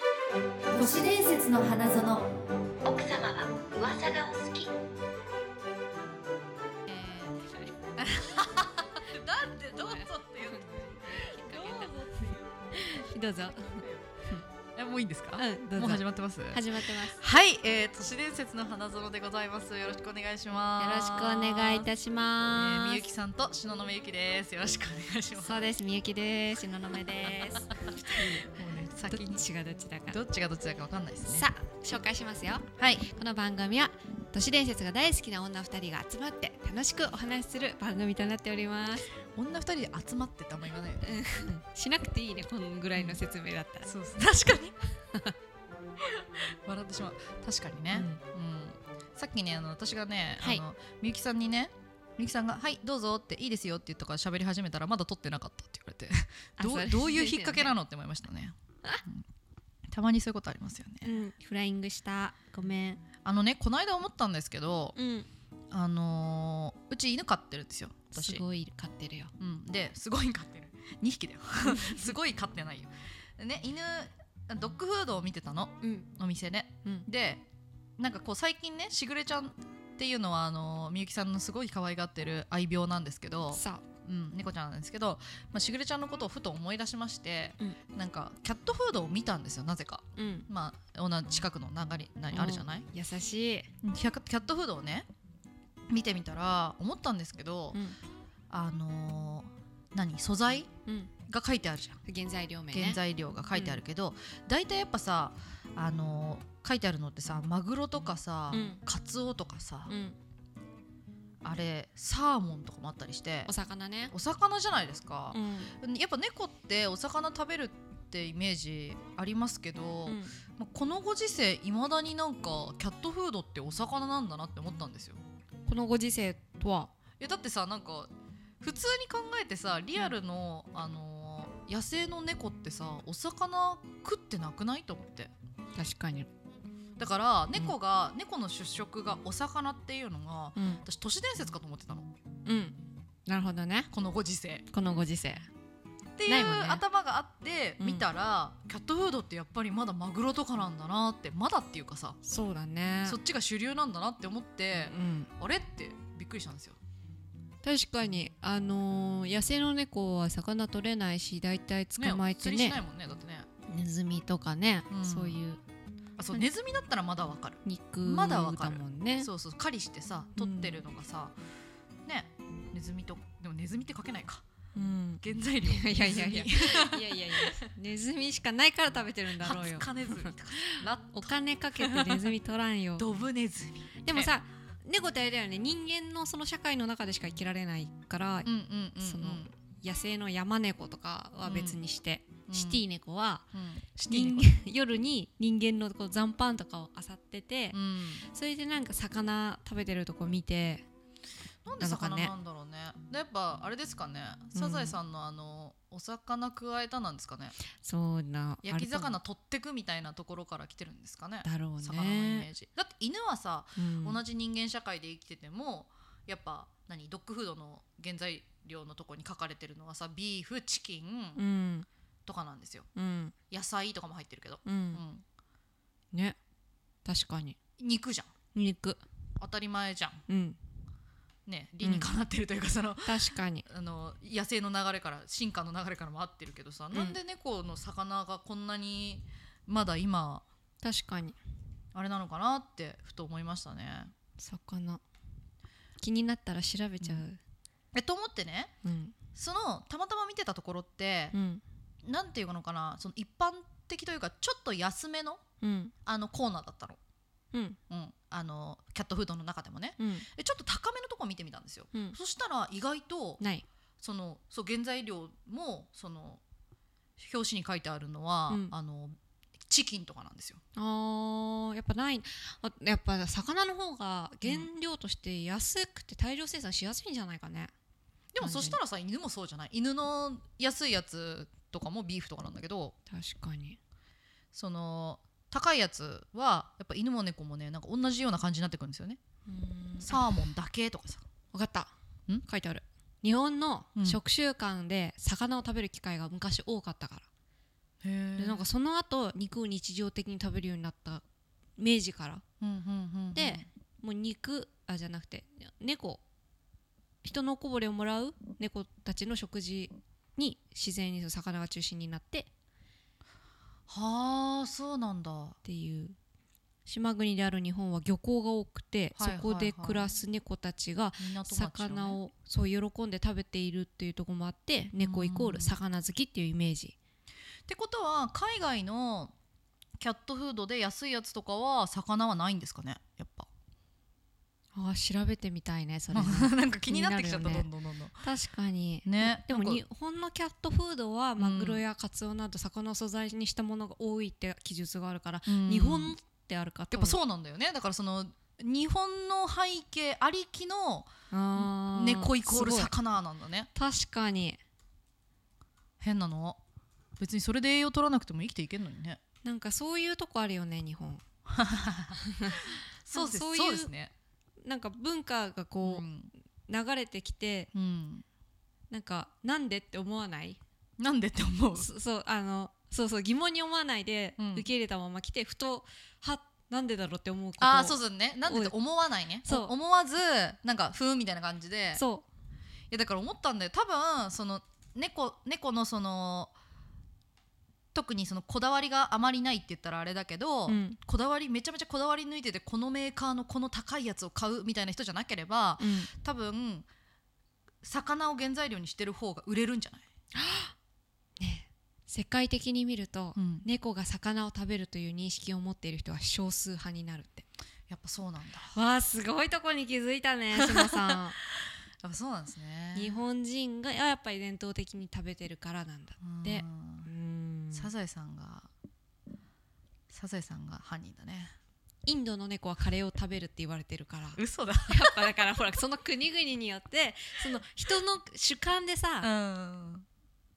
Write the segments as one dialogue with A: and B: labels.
A: 都市伝説の花園
B: 奥様は噂がお好き
C: えーだってどうぞって言う
D: どうぞ。
C: えもういいんですか、
D: うん、どうぞ。
C: もう始まってます
D: 始まってます。
C: はい、えー、都市伝説の花園でございますよろしくお願いし
D: よ
C: ま
D: ろ
C: す
D: しくお願いい
C: した
D: し
C: ま、
D: ますす。
C: えー、みゆきさんと東雲ゆきですよろしくお願いします
D: そうです、みゆきです。しののめです。
C: もうね
D: ど
C: 先
D: っ
C: に
D: ちがどっちだか。
C: どっちがどっちだかわかんないですね
D: さあ、紹介しますよ。
C: はい
D: この番組は都市伝説が大好きな女二人が集まって楽しくお話しする番組となっております。
C: 女二人で集まってってあんま言わないよね
D: しなくていいね、このぐらいの説明だったら。
C: そうです確かに 笑ってしまう確かにね、うんさっきねあの私がね、
D: はい
C: あのみゆきさんにねみゆきさんが「はいどうぞ」って「いいですよ」って言ったから喋り始めたらまだ撮ってなかったって言
D: あ
C: わ
D: そ
C: れ
D: れ
C: てどうどういう引っ掛けなのって思いましたね、うんたまにそういうことありますよ
D: う
C: ね
D: ん、フライングした。ごめん。
C: あのねこの間思ったんですけど
D: うん。
C: あのーうち犬飼ってるんですよ私
D: すごい飼ってるよ。
C: うん、ですごい飼ってる2 匹だよすごい飼ってないよね犬ドッグフードを見てたの
D: うん。
C: お店で
D: うん。
C: でなんかこう最近ねしぐれちゃんっていうのはあのみゆきさんのすごい可愛がってる愛病なんですけど、
D: そう。
C: うん、猫ちゃんなんですけど、まあ、しぐれちゃんのことをふと思い出しまして、
D: うん
C: なんかキャットフードを見たんですよなぜか、
D: うん。
C: まあ、同じ近くの流れなあるじゃない、
D: 優しい。
C: キャキャットフードをね見てみたら思ったんですけど、
D: うん。
C: あのー何素材
D: うん。
C: が書いてあるじゃん
D: 原材料名ね。
C: 原材料が書いてあるけど、大体やっぱさあのー書いてあるのってさマグロとかさ、
D: うん
C: カツオとかさ、
D: うん。
C: あれサーモンとかもあったりして
D: お魚ね。
C: お魚じゃないですか、
D: ん。
C: やっぱ猫ってお魚食べるってイメージありますけど、
D: うん
C: まあこのご時世いまだになんかキャットフードってお魚なんだなって思ったんですよ。
D: このご時世とは。
C: いやだってさなんか普通に考えてさリアルの、あのー野生の猫ってさお魚食ってなくないと思って
D: 確かに。
C: だから猫が、猫の出食がお魚っていうのが
D: うん。
C: 私都市伝説かと思ってたの
D: うん。なるほどね。
C: このご時世
D: このご時世。
C: っていう、
D: ないもんね
C: 頭があって
D: うん
C: 見たら、キャットフードってやっぱりまだマグロとかなんだなってまだっていうかさ
D: そうだね
C: そっちが主流なんだなって思って
D: う、ん。
C: あれってびっくりしたんですよ。
D: 確かに、あのー野生の猫は魚取れないし、大体捕まえて
C: 釣りし
D: ね。
C: ないもんねだってね
D: ネズミとかね、
C: うん
D: そういう
C: あそうネズミだったらまだわかる、
D: 肉
C: まだわか
D: だ
C: る
D: もんね。
C: そうそう狩りしてさ取ってるのがさ、ねネズミとでもネズミって書けないか
D: うん。
C: 原材料
D: いやいやいや
C: ネズミ
D: いやいやいや、ネズミしかないから食べてるんだろう
C: ハツ
D: よ。
C: カネズミとかラ
D: お金かけてネズミ取らんよ。
C: ドブネズミ
D: でもさ、猫ってあれだよね、人間のその社会の中でしか生きられないから、
C: うんうんうん
D: その野生の山猫とかは別にして、
C: うん
D: シティ猫は
C: うんシティ
D: 人
C: 猫
D: 間、夜に人間のこう残飯とかを漁ってて、
C: うん
D: それでなんか魚食べてるとこ見て
C: なんで魚なんだろうねでやっぱあれですかね
D: うん
C: サザエさんのあの、お魚加えたなんですかね
D: そうな
C: 焼き
D: あ
C: 魚
D: れ
C: 取ってくみたいなところから来てるんですかね
D: だろう
C: 魚のイメ
D: ね、
C: ージだって犬はさ、
D: うん
C: 同じ人間社会で生きててもやっぱ何ドッグフードの原材料のとこに書かれてるのはさビーフチキ
D: う
C: ン
D: ん
C: とかなんですよ
D: うん
C: 野菜とかも入ってるけど、
D: うん、
C: うん、
D: ね確かに
C: 肉じゃん
D: 肉
C: 当たり前じゃん
D: うん
C: ね理にかなってるというか、その
D: 確かに
C: あの野生の流れから進化の流れからも合ってるけどさ、
D: ん
C: なんで猫の魚がこんなにまだ今
D: 確かに
C: あれなのかなってふと思いましたね。
D: 魚気になったら調べちゃう
C: えと思ってね
D: うん
C: そのたまたま見てたところって
D: う、ん
C: なんていうのかなその一般的というかちょっと安めの
D: うん
C: あのコーナーだったの。
D: うん
C: うん、あのキャットフードの中でもね
D: うん
C: でちょっと高めのとこ見てみたんですよ
D: うん
C: そしたら意外と
D: ない
C: そのそう原材料もその表紙に書いてあるのは、
D: うん
C: あのチキンとかなんですよ
D: あーやっぱないあやっぱ魚の方が原料として安くて大量生産しやすいんじゃないかね、
C: で
D: 単純
C: も
D: に
C: そしたらさ犬もそうじゃない犬の安いやつとかもビーフとかなんだけど
D: 確かに
C: その高いやつはやっぱ犬も猫もねなんか同じような感じになってくるんですよね
D: さ
C: サーモンだけとかさ
D: 分かった
C: ん
D: 書いてある日本の
C: うん
D: 食習慣で魚を食べる機会が昔多かったから、
C: へえ
D: でなんかその後肉を日常的に食べるようになった明治から
C: うんうんうんうん
D: でもう肉あじゃなくて猫人のおこぼれをもらう猫たちの食事に自然に魚が中心になってっ
C: はあそうなんだ
D: ていう島国である日本は漁港が多くて、
C: はいはいはい
D: そこで暮らす猫たちが
C: 港町のね
D: 魚をそう喜んで食べているっていうところもあって猫イコール魚好きっていうイメージ
C: ってことは海外のキャットフードで安いやつとかは魚はないんですかねやっぱ
D: あー調べてみたいねそれ
C: なんか気になってきちゃった、
D: 気にな
C: ど
D: る
C: んどんどんどん
D: 確かに
C: ね
D: でも
C: なんか
D: 日本のキャットフードは
C: ん
D: マグロやカツオなど魚を素材にしたものが多いって記述があるから、
C: うん
D: 日本ってあるか
C: やっ
D: う
C: ぱそうなんだよねだからその日本の背景ありきの猫イコール魚なんだね
D: 確かに
C: 変なの別にそれで栄養取らなくても生きていけるのにね
D: なんかそういうとこあるよね日本
C: そうです
D: そういう
C: そうですね
D: なんか文化がこう
C: う
D: ん流れてきて、
C: うん
D: なんかなんでって思わない
C: なんでって思う
D: そそうあのそうそう疑問に思わないで
C: うん
D: 受け入れたまま来てふとはなんでだろうって思うこと
C: ああそうそうねなんでって思わないね
D: そう
C: 思わずなんかふーんみたいな感じで
D: そう
C: いやだから思ったんだよ多分その猫猫のその特にそのこだわりがあまりないって言ったらあれだけど、
D: うん
C: こだわりめちゃめちゃこだわり抜いててこのメーカーのこの高いやつを買うみたいな人じゃなければ
D: うん
C: 多分魚を原材料にしてる方が売れるんじゃない、
D: ね世界的に見ると、猫が魚を食べるという認識を持っている人は少数派になるって
C: やっぱそうなんだ
D: わあすごいとこに気づいたね島 さ
C: やっぱそうなんですね
D: ん日本人がやっぱり伝統的に食べてるからなんだ
C: うん
D: で
C: う
D: うんん
C: サザエさんがサザエさんが犯人だね
D: インドの猫はカレーを食べるって言われてるからやっ
C: 嘘だ
D: ぱだからほらその国々によってその人の主観でさ、
C: うん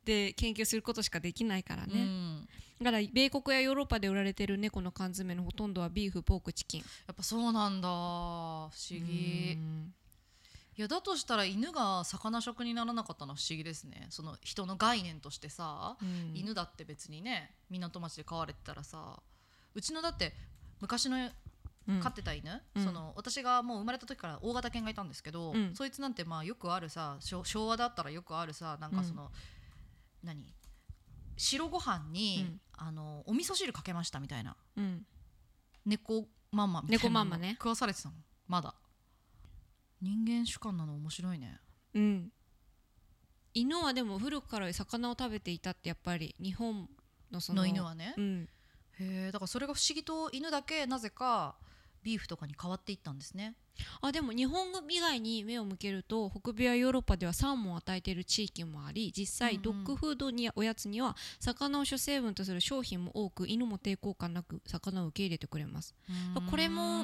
D: で研究することしかできないから
C: う
D: ね、
C: ん
D: だから米国やヨーロッパで売られてる猫の缶詰のほとんどはビーフポークチキン
C: やっぱそうなんだ不思議
D: うん
C: いやだとしたら犬が魚食にならなかったのは不思議ですねその人の概念としてさ、
D: うん
C: 犬だって別にね港町で飼われてたらさうちのだって昔の
D: うん
C: 飼ってた犬、
D: うん
C: その私がもう生まれた時から大型犬がいたんですけど、
D: うん
C: そいつなんてまあよくあるさしょ昭和だったらよくあるさなんかその、何白ご飯に、
D: うん
C: あのお味噌汁かけましたみたいな
D: うん
C: 猫マンマみたいな
D: 猫マンマね
C: 食わされてたのまだ人間主観なの面白いね
D: うん、犬はでも古くから魚を食べていたってやっぱり日本のその
C: の犬、はね、
D: うん、
C: へえだからそれが不思議と犬だけなぜかビーフとかに変わっていったんですね
D: あでも日本以外に目を向けると北米やヨーロッパではサーモンを与えている地域もあり実
C: うん
D: 際
C: うん
D: ドッグフードにやおやつには魚を主成分とする商品も多く犬も抵抗感なく魚を受け入れてくれますこれも
C: うー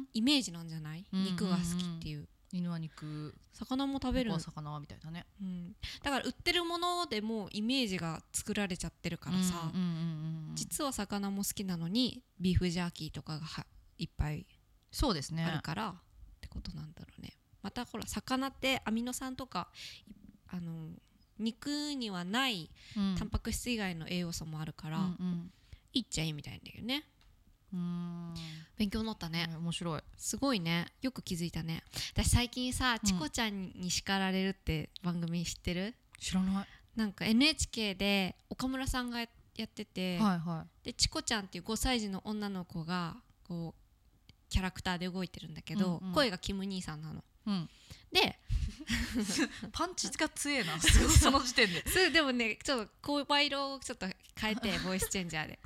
C: ん
D: イメージなんじゃない
C: うんうんうん
D: 肉が好きっていう
C: 犬は肉
D: 魚も食べ
C: 猫
D: る
C: は魚はみたいなね
D: うん、だから売ってるものでもうイメージが作られちゃってるからさ、
C: うんうんうんうん
D: 実は魚も好きなのにビーフジャーキーとかがはいっぱい
C: そうですね
D: あるから、ってことなんだろうねまたほら魚ってアミノ酸とかいあの肉にはない
C: うん
D: タンパク質以外の栄養素もあるから、
C: うんうん
D: いいっちゃいいみたいなんだよね
C: うーん
D: 勉強になったね、
C: ね面白い
D: すごいねよく気づいたね私最近さ「チコちゃんに叱られる」って番組知ってる、
C: 知らない、
D: なんか NHK で岡村さんがやってて、
C: はい は
D: でチコちゃんっていう5歳児の女の子がこうキャラクターで動いてるんだけど、
C: うんうん
D: 声がキム兄さんなの。
C: い、うん、
D: で
C: パンチが強えなその時点で
D: それでもねちょっと声色をちょっと変え てボイスチェンジャーで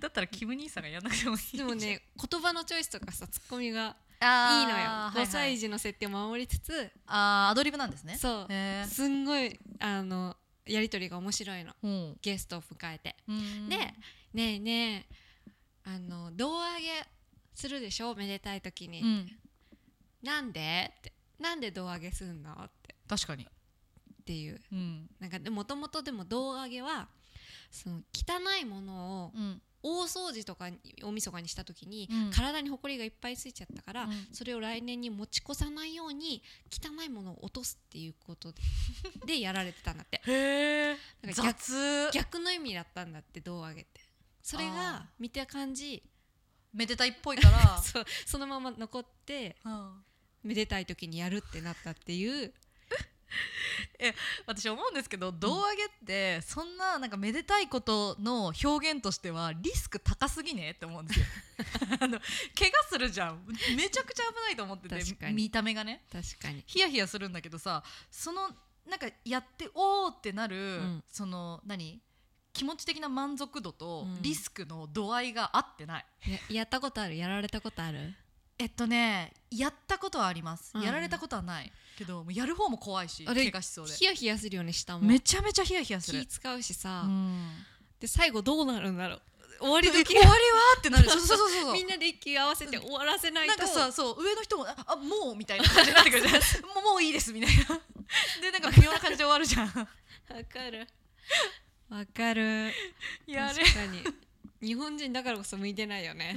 C: だったらキム兄さんがやんなくてもいい
D: でも ね言葉のチョイスとかさツッコミがいいのよ
C: あ
D: 5
C: ーはいは
D: 歳
C: い
D: 児の設定を守りつつ
C: あーアドリブなんですね
D: そう
C: へ
D: すんごいあのやり取りが面白いの
C: ーうん
D: ゲストを迎えて
C: うん
D: で「ねえねえあの胴上げするでしょおめでたい時に、
C: うん、
D: なんで?」って「なんで胴上げすんの?」って
C: 確かに、
D: っていう
C: うん
D: なんかでもともとでも胴上げはその汚いものを
C: うん、
D: 大掃除とかに大晦日にした時に、
C: うん
D: 体にほこりがいっぱいついちゃったから、
C: うん
D: それを来年に持ち越さないように汚いものを落とすっていうこと ででやられてたんだって
C: へえ
D: なんか逆
C: 雑
D: 逆の意味だったんだって胴を上げてそれ
C: あー
D: が見た感じ
C: めでたいっぽいから
D: そうそのまま残って
C: うん
D: めでたい時にやるってなったっていう
C: 私思うんですけど胴上げってそんななんかめでたいことの表現としてはリスク高すぎねって思うん ですよあの怪我するじゃんめちゃくちゃ危ないと思ってて
D: 確かに
C: 見た目がね
D: 確かに
C: ヒヤヒヤするんだけどさそのなんかやっておーってなる、
D: ん
C: その何気持ち的な満足度と
D: うん
C: リスクの度合いが合ってない、
D: ややったことあるやられたことある
C: えっとねやったことはあります、
D: うん
C: やられたことはないけどもうやる方も怖いし
D: あれ
C: 怪我しそうで
D: ヒヤヒヤするよね下も
C: めちゃめちゃヒヤヒヤする
D: 気、使うしさ、
C: うん
D: で最後どうなるんだろう終わり
C: で
D: 時
C: 終わりはってなるそうそうそうそう
D: みんなで息合わせて終わらせないと
C: なんかさそう上の人もああもうみたいな感じになってく るじゃんもうもういいですみたいなでなんか微妙な感じで終わるじゃん
D: わかるわかる
C: やれ
D: 確かに日本人だからこそ向いてないよね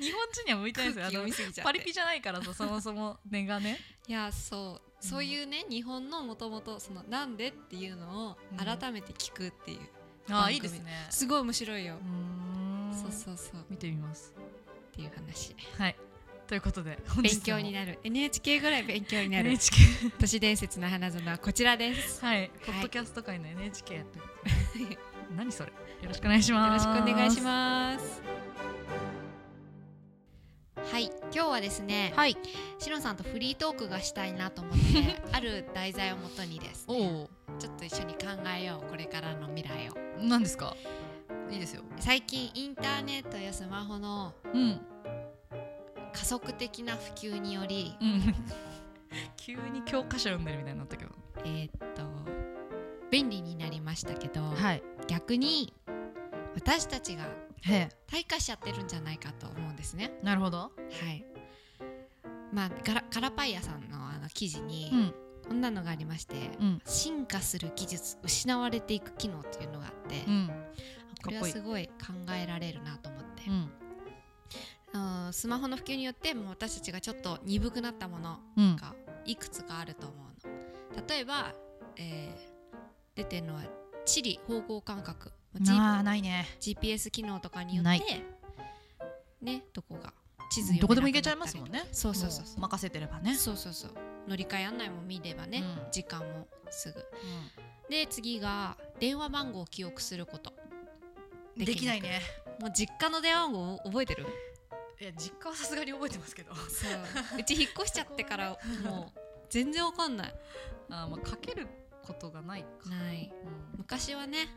C: 日本人には向いてないです
D: 空
C: よあ
D: 気読
C: の
D: みすぎちゃって
C: パリピじゃな いからさそもそも根がね
D: いやそうそういうね、日本のもともとそのなんでっていうのを改めて聞くっていう、
C: あ
D: 番
C: あ
D: 組
C: いいですね
D: すごい面白いよ
C: う、ーん
D: そうそうそうっ
C: 見てみます
D: ていう話
C: はいということで本日
D: 勉強に
C: る
D: なる NHK ぐらい勉強になる
C: NHK
D: 都市伝説の花園はこちらです
C: はい、ポッドキャスト界の NHK やってる 何それよろしくお願いし
D: よろ
C: ま
D: し
C: す
D: くお願いしますはい今日はですね
C: はい
D: しのさんとフリートークがしたいなと思ってある題材をもとにです
C: お
D: ね
C: お
D: ちょっと一緒に考えようこれからの未来を
C: 何ですかいいですよ
D: 最近インターネットやスマホの
C: うん
D: 加速的な普及により、
C: うん 急に教科書読んでるみたいになったけど
D: えーっと便利になりましたけど、
C: はい
D: 逆に私たちが
C: へえ
D: 退化しちゃってるんじゃないかと思うんですね。
C: なるほど
D: はいまあ、ガラガラパイヤさんのあの記事に、
C: うん
D: こんなのがありまして、
C: うん
D: 進化する技術失われていく機能っていうのがあって、
C: うん
D: これ
C: か
D: は
C: っこいい
D: すごい考えられるなと思って
C: う、ん
D: うんスマホの普及によってもう私たちがちょっと鈍くなったもの
C: うん
D: がいくつかあると思うの例えば、えー出てるのは地理方向感覚、G
C: ああないね
D: GPS 機能とかによっ
C: ない
D: てねどこが地図読めなくなったり
C: どこでも行けちゃいますもんね
D: そうそうそうそう
C: も任せてればね
D: そうそうそう乗り換え案内も見ればね、
C: うん
D: 時間もすぐで次が電話番号を記憶すること
C: うんできないね
D: もう実家の電話番号覚えてる
C: いや実家はさすがに覚えてますけど
D: そううち引っ越しちゃってからもう全然わかんない
C: あーまあかけることがないか、
D: ない
C: うん
D: 昔はね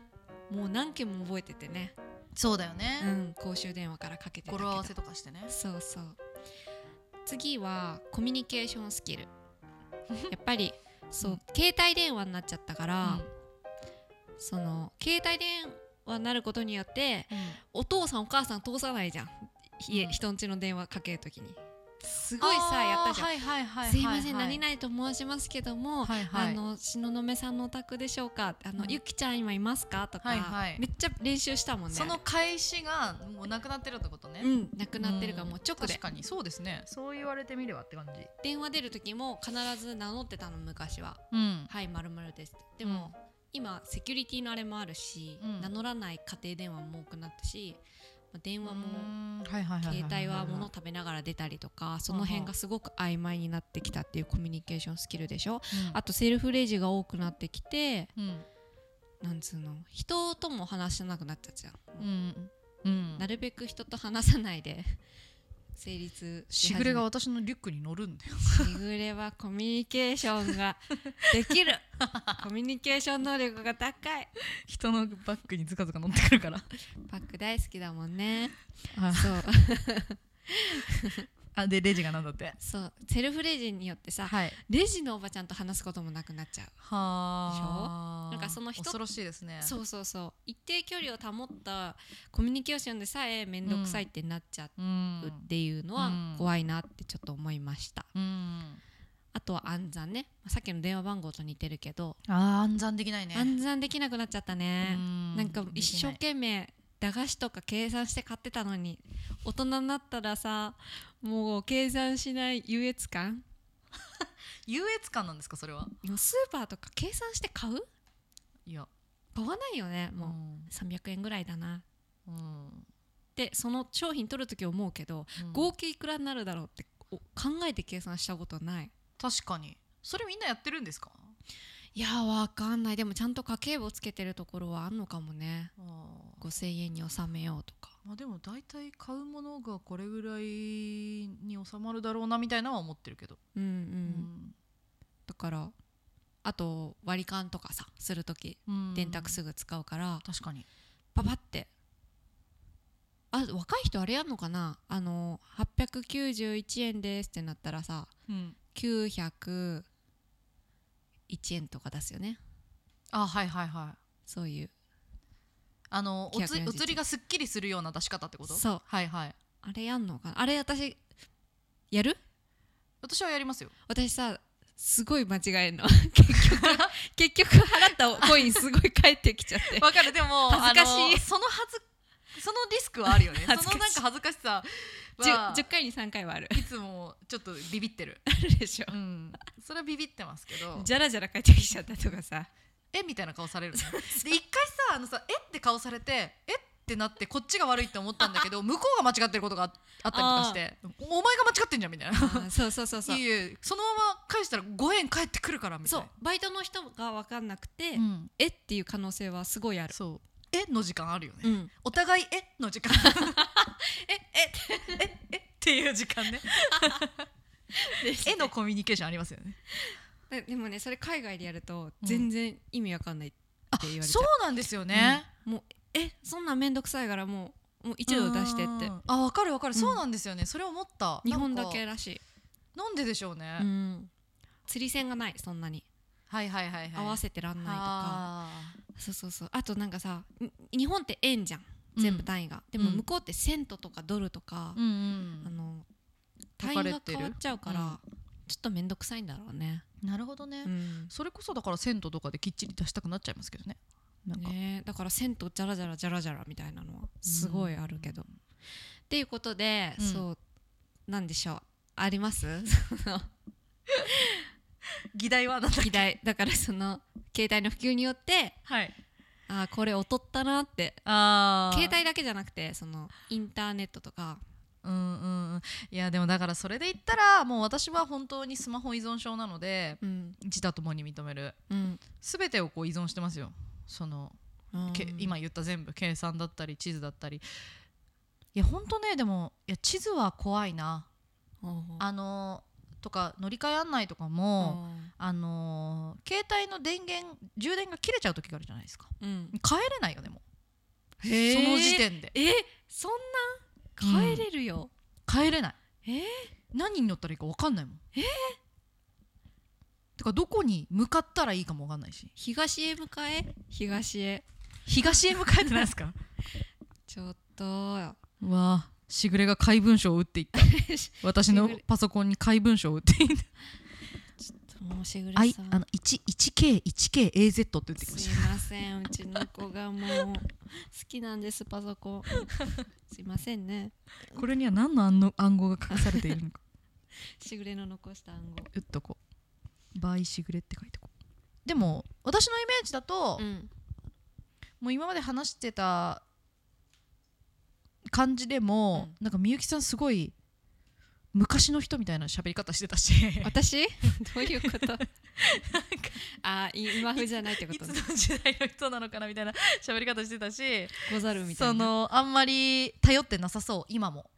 D: もう何件も覚えててね
C: そうだよ
D: う
C: ね、
D: ん公衆電話からかけてたけ
C: 語呂合わ
D: ど
C: せとかしてね
D: そうそう次はコミュニケーションスキル やっぱりそう、
C: うん
D: 携帯電話になっちゃったから、その携帯電話になることによって
C: うん
D: お父さんお母さん通さないじゃん、家
C: うん
D: 人んちの電話かけるときにすごいさやったじゃん、
C: んはいはいはいはい
D: すいません、
C: はい
D: 何々と申しますけども、
C: はいはい
D: あの東雲さんのお宅でしょうかあの、
C: うん
D: ゆきちゃん今いますかとか、
C: はいはい
D: めっちゃ練習したもんね
C: その返しがもうなくなってるってことね、
D: うんなくなってるからもう直で
C: 確かにそうですねそう言われてみればって感じ
D: 電話出る時も必ず名乗ってたの昔は
C: うん
D: 「はいまるまるです」でも、今セキュリティのあれもあるし、
C: うん
D: 名乗らない家庭電話も多くなったしまあ電話も
C: うんはいはいはいい
D: 携
C: い
D: 帯は物を食べながら出たりとかその辺がすごく曖昧になってきたっていうコミュニケーションスキルでしょ
C: うん
D: あとセルフレジが多くなってきて
C: うん
D: なんつうの人とも話せなくなっちゃうじゃん、
C: うんうん
D: なるべく人と話さない で成立し
C: し
D: 始め
C: ぐれが私のリュックに乗るんだよ
D: しぐれはコミュニケーション ができるコミュニケーション能力が高い
C: 人のバッグにずかずか乗ってくるから
D: パック大好きだもんね
C: あ
D: そう
C: あでレジがなんだって
D: そうセルフレジによってさ
C: はい
D: レジのおばちゃんと話すこともなくなっちゃう
C: はあ
D: でしょなんかその人
C: 恐ろしいですね
D: そうそうそう一定距離を保ったコミュニケーションでさえ面倒くさいってなっちゃう
C: う
D: んっていうの
C: う
D: は
C: ん
D: 怖いなってちょっと思いました
C: うん
D: あとは暗算ねさっきの電話番号と似てるけど
C: あー暗算できないね
D: 暗算できなくなっちゃったね
C: う
D: なんか一生
C: できない
D: 懸命駄菓子とか計算して買ってたのに大人になったらさもう計算しない優越感
C: 優越感なんですかそれは
D: もうスーパーとか計算して買う
C: いや
D: 買わないよねもう、
C: うん
D: 300円ぐらいだな
C: うん
D: でその商品取る時思うけど、
C: うん
D: 合計いくらになるだろうってお考えて計算したことない
C: 確かにそれみんなやってるんですか
D: いやわかんないでもちゃんと家計簿つけてるところはあんのかもね
C: あー
D: 5,000円に収めようとか
C: まあでも大体買うものがこれぐらいに収まるだろうなみたいなのは思ってるけど、
D: うんうん、
C: うん
D: だからあと割り勘とかさする時
C: うん
D: 電卓すぐ使うから、
C: 確かに
D: パパってあ若い人あれやんのかなあの891円ですってなったらさ
C: うん
D: 901円とか出すよね
C: あはいはいはい
D: そういう
C: あのおつ
D: 941
C: 移りがすっきりするような出し方ってこと
D: そう
C: はいはい
D: あれやんのかなあれ私やる
C: 私はやりますよ
D: 私さすごい間違えんの 結局結局払ったコインすごい返ってきちゃ って
C: わかるでも
D: 恥ずかしい
C: あのそのはずそのリスクはあるよねその
D: 恥ずかしい
C: なんか恥ずかしさ
D: 10,
C: は
D: 10回に3回はある
C: いつもちょっとビ ビってる
D: あるでしょ
C: うんそれはビビってますけど
D: じゃらじゃら返ってきちゃったとかさ
C: えみたいな顔されるのねで一回さあのさえって顔されてえってなってこっちが悪いって思ったんだ けど向こうが間違ってることがああったりとかしてお前が間違ってんじゃんみたい な
D: あーそうそうそうそう
C: いえいえそのまま返したら5円返ってくるからみたい
D: そ
C: な
D: うバイトの人が分かんなくて、
C: うん
D: えっていう可能性はすごいある、
C: そうえの時間あるよね、
D: ん、
C: お互いえの時間 ええええっていう時間 ね えのコミュニケーションありますよね
D: ででもねそれ海外でやると
C: うん
D: 全然意味わかんないって言われちゃ、
C: そううなんですよね、
D: うんもうえそんなんめんどくさいからもうもう一応出してっ
C: う
D: て
C: んあわかるわかる、
D: うん
C: そうなんですよねそれ思った
D: 日本だ
C: な
D: け
C: んから
D: しい、
C: なんででしょうね、
D: うん、釣り線がないそんなに、
C: はいはいはいはい
D: 合わせてらんないとか
C: あ
D: そうそうそうあとなんかさに日本って円じゃん全部単位が、でも
C: うん
D: 向こうってセントとかドルとか
C: ーう、ん
D: あの単
C: 分か
D: 位
C: れ
D: が
C: てる
D: 変わっちゃうから、ちょっとめんどくさいんだろうね、
C: うんなるほどね、
D: うん
C: それこそだから銭湯とかできっちり出したくなっちゃいますけどねなんか、
D: ねえだから銭湯じゃらじゃらじゃらじゃらみたいなのはすごいあるけど。っていうことで、
C: うん
D: そうなんでしょうあります その
C: 議題はな んだ
D: 議題だからその携帯の普及によって
C: はい
D: あーこれ劣ったなって
C: あー
D: 携帯だけじゃなくてそのインターネットとか
C: うんうんうんいやでもだからそれで言ったらもう私は本当にスマホ依存症なので
D: うん
C: 自他ともに認める
D: うん、
C: 全てをこう依存してますよその、け
D: うん
C: 今言った全部計算だったり地図だったりいや本当ねでもいや地図は怖いなあのとか乗り換え案内とかも、あのー携帯の電源充電が切れちゃう時があるじゃないですか
D: うん
C: 帰れないよねも
D: そう
C: その
D: で
C: 時点で
D: えそんな
C: うん
D: 帰れるよ、
C: 帰れない
D: えー
C: 何に乗ったらいいか分かんないもんえてかどこに向かったらいいかも分かんないし
D: 東へ向かえ東へ
C: 東へ向かえてないですか
D: ちょっと
C: うわあしぐれが怪文書を打っていった 私のパソコンに怪文書を打っていった
D: もしぐれ
C: あい
D: さん
C: あの 1- 1K1KAZ って打ってきますし
D: いませんうちの子がもう好きなんですパソ コンすいませんね
C: たこれには何の暗の暗号が隠されている のか
D: しぐれの残した暗号
C: 打っとこう「倍しぐれ」って書いてこうでも私のイメージだと、
D: ん
C: もう今まで話してた感じでも、なんかみゆきさんすごい昔の人みたいな喋り方してたし
D: 私どういうことあい今風じゃないってこ
C: い
D: と
C: つ
D: ね
C: の時代の人なのかなみたいな喋り方してたし
D: ござるみた
C: そ
D: いな
C: のあんまり頼ってなさそう今も、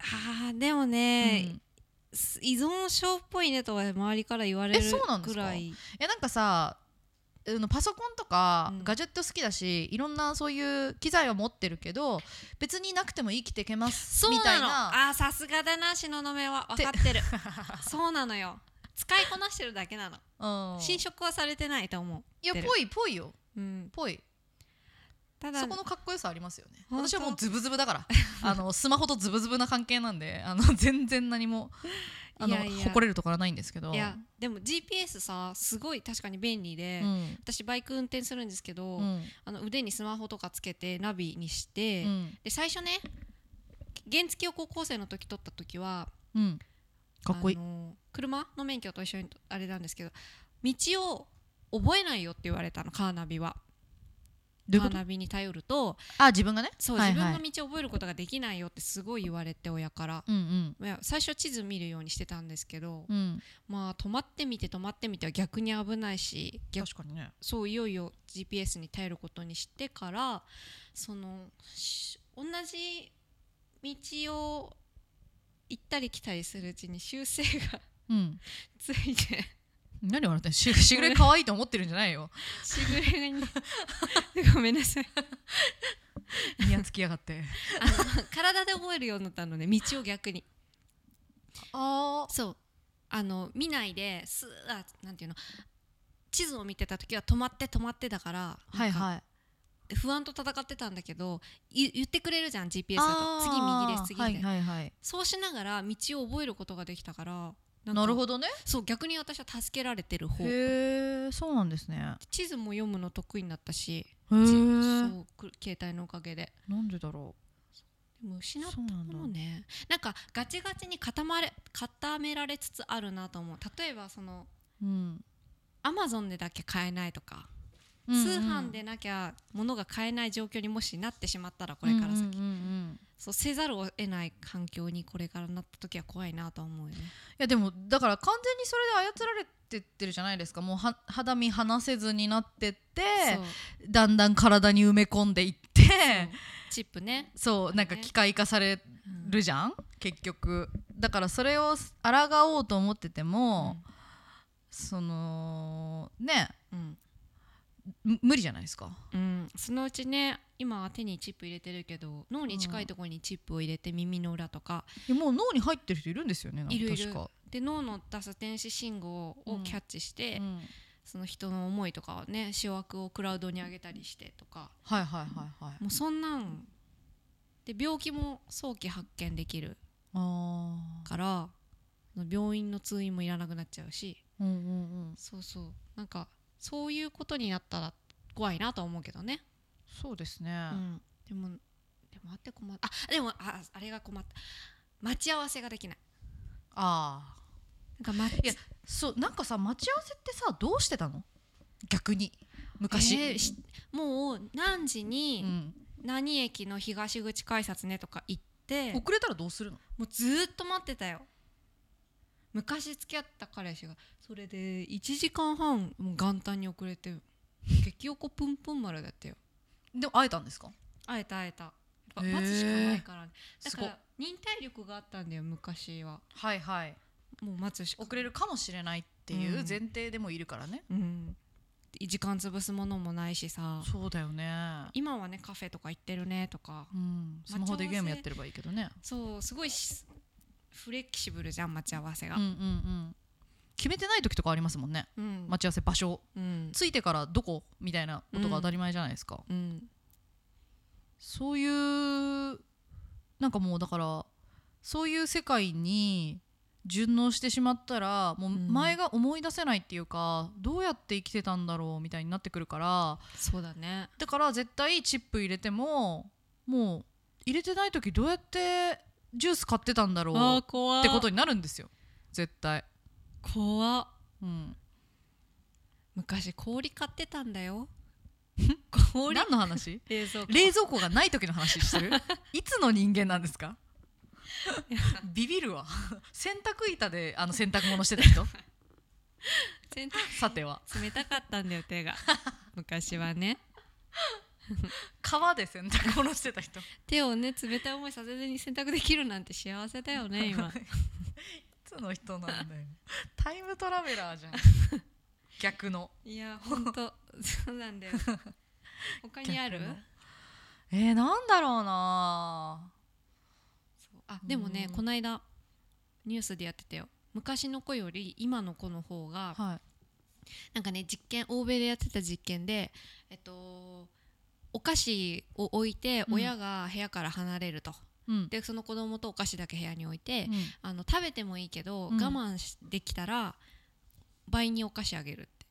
D: あーでも
C: う
D: ね、
C: ん
D: す依存症っぽいねとは周りから言われる
C: えそうなんで
D: く
C: すから
D: い
C: えなんかさあのパソコンとか
D: うん
C: ガジェット好きだし、いろんなそういう機材は持ってるけど別になくても生きていけますみたいな
D: あーさすがだな東雲は分かって るそうなのよ使いこなしてるだけなの
C: うん、
D: 侵食はされてないと思
C: いや
D: 出る
C: ぽいぽいよ
D: う、うん、
C: ぽい
D: ただ
C: そこのかっこよさありますよね
D: 本当
C: 私 はもうズブズブだからあのスマホとズブズブな関係なんであの全然何もあの
D: いやいや
C: 誇れるところはないんですけど
D: いやでも GPS さすごい確かに便利で、
C: うん
D: 私バイク運転するんですけど、
C: うん
D: あの腕にスマホとかつけてナビにして、
C: うん
D: で最初ね原付を高校生の時取った時は
C: うんかっこいい
D: あの車の免許と一緒にあれなんですけど道を覚えないよって言われたのカーナビは
C: どうい
D: カ
C: うこ
D: ー
C: と
D: ナビに頼ると
C: あ自分がね
D: そう、
C: はいはい
D: 自分の道を覚えることができないよってすごい言われて親から。
C: うん
D: いや最初地図見るようにしてたんですけど、
C: うんうん
D: まあ止まってみて止まってみては逆に危ないし逆
C: 確かにね
D: そういよいよ GPS に頼ることにしてからそのし同じ道を行ったり来たりするうちに修正が
C: うん
D: つい て
C: 何笑ってんのししぐれ可愛いと思ってるんじゃな いよ
D: しぐ れにごめんなさい
C: ニヤつきやがって
D: あの体で覚えるようになったのね道を逆に
C: あ
D: そうあの見ないですあなんていうの地図を見てた時は止まって止まってだから
C: はい
D: なんか
C: はい
D: 不安と戦ってたんだけどい言ってくれるじゃん GPS だ
C: あ
D: と次
C: ー
D: 右です次です、
C: はいはいはい
D: そうしながら道を覚えることができたからな
C: なるほ
D: ど
C: どね
D: そう逆に私は助けられてる方
C: へえそうなんですね
D: 地図も読むの得意になったし
C: へえ
D: じそうく携帯のおかげで
C: なんでだろ
D: でも失
C: う
D: っ
C: そうなん
D: た
C: だ
D: もねなんかガチガチに固まれ固められつつあるなと思う例えばその
C: うん
D: アマゾンでだけ買えないとか、
C: うんうん
D: 通販でなきゃ物が買えない状況にもしなってしまったらこれから先、
C: うんうんうんうん
D: そうせざるを得ない環境にこれからなった時は怖いなと思うよね。
C: いやでもだから完全にそれで操られてってるじゃないですかもうは肌身離せずになってって
D: そう
C: だんだん体に埋め込んでいって
D: そうチップね、
C: そうなんか機械化され
D: うん
C: るじゃん、結局だからそれを抗おうと思ってても、そのね
D: うん
C: む無理じゃないですか
D: うん、そのうちね今は手にチップ入れてるけど脳に近いところにチップを入れて耳の裏とか、
C: いやもう脳に入ってる人いるんですよねなんか
D: いるいる
C: 確か
D: で脳の出す電子信号
C: う
D: を
C: ん
D: キャッチして、
C: うん
D: その人の思いとかをね思惑をクラウドに上げたりしてとか
C: はいはいはいはい
D: もうそんなんで病気も早期発見できる
C: あ
D: から病院の通院もいらなくなっちゃうし
C: ーうんうんうん
D: そうそうなんかそういうことになったら怖いなとは思うけどね、
C: そうですね、
D: うんでもでもあって困っあでもああれが困った待ち合わせができない
C: ああ
D: なんか待
C: いやそうなんかさ待ち合わせってさどうしてたの逆に昔、
D: えーしもう何時
C: う
D: に
C: ん、
D: 何駅の東口改札ねとか行って、
C: 遅れたらどうするの
D: もうずーっと待ってたよ昔付き合った彼氏がそれで1時間半もう元旦に遅れて激おこぷんぷん丸だったよ
C: でも会えたんですか
D: 会えた会えたやっぱ
C: へー
D: 待つしかないからだ
C: す
D: か
C: ごい
D: ら忍耐力があったんだよ昔は
C: はいはい
D: もう待つしか
C: 遅れるかもしれないっていう前提でもいるからね、
D: うん時間潰すものもないしさ
C: そうだよね
D: 今はねカフェとか行ってるねとか
C: うん、スマホでゲームやってればいいけどね
D: そうすごいしフレキシブルじゃん待ち合わせ
C: う
D: が
C: んうんうん決めてない時とかありますもんね
D: うん
C: 待ち合わせ場所
D: うん
C: 着いてからどこみたいなことが当たり前じゃないですか、
D: うん
C: そういうなんかもうだからそういう世界に順応してしまったらもう
D: うん
C: 前が思い出せないっていうか、どうやって生きてたんだろうみたいになってくるから
D: そうだね
C: だから絶対チップ入れてももう入れてない時どうやってジュース買ってたんだろう
D: あ
C: っ
D: ー怖
C: てことになるんですよ絶対、
D: 怖っ
C: うん、
D: 昔氷買ってたんだよ 氷
C: 何の 話
D: 冷蔵庫
C: 冷蔵庫がない時の話して るいつの人間なんですかビビるわ洗濯板であの洗濯物してた 人
D: 全
C: さては
D: 然冷たかったんだよ手が 昔はね
C: 川で洗濯物してた人い
D: 手をね冷たい思いさせずに洗濯できるなんて幸せだよね 今
C: つの人なんだよタイムトラベ ラーじゃん逆の
D: いやほんと そうなんだよ他に ある
C: 逆のえー、なんだろうな
D: そうあでもね
C: うん
D: この間ニュースでやってたよ昔の子より今の子の方が
C: はい
D: なんかね実験欧米でやってた実験でえっとお菓子を置いて
C: うん
D: 親が部屋から離れると、
C: うん
D: でその子供とお菓子だけ部屋に置いて、
C: うん
D: あの食べてもいいけど、
C: うん
D: 我慢しできたら倍にお菓子あげるって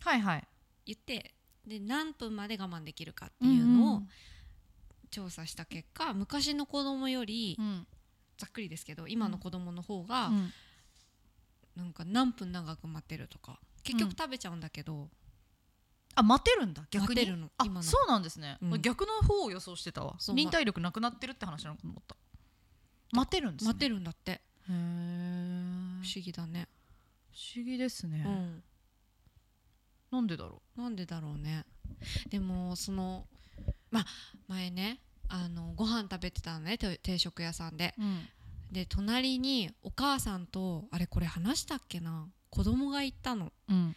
C: はいはい
D: 言ってで何分まで我慢できるかっていうのを調査した結果、昔の子供より、
C: うん
D: ざっくりですけど今の子供の方が、
C: うん
D: なんか何分長く待ってるとか結局
C: うん
D: 食べちゃうんだけど、
C: あ待てるんだ
D: 待
C: 逆に
D: てるの
C: あ
D: 今の
C: そうなんですね、
D: うん
C: 逆の方を予想してたわ
D: そう
C: 忍耐力なくなってるって話なのかと思った待てるんです、ね、
D: 待てるんだって
C: へー
D: 不思議だね、
C: 不思議ですね、
D: うん、
C: なんでだろ
D: なんでだろうねでもそのまあ前ねあのご飯食べてたのね定定食屋さんで
C: う、
D: で隣にお母さんとあれこれ話したっけな子供が行ったの
C: うん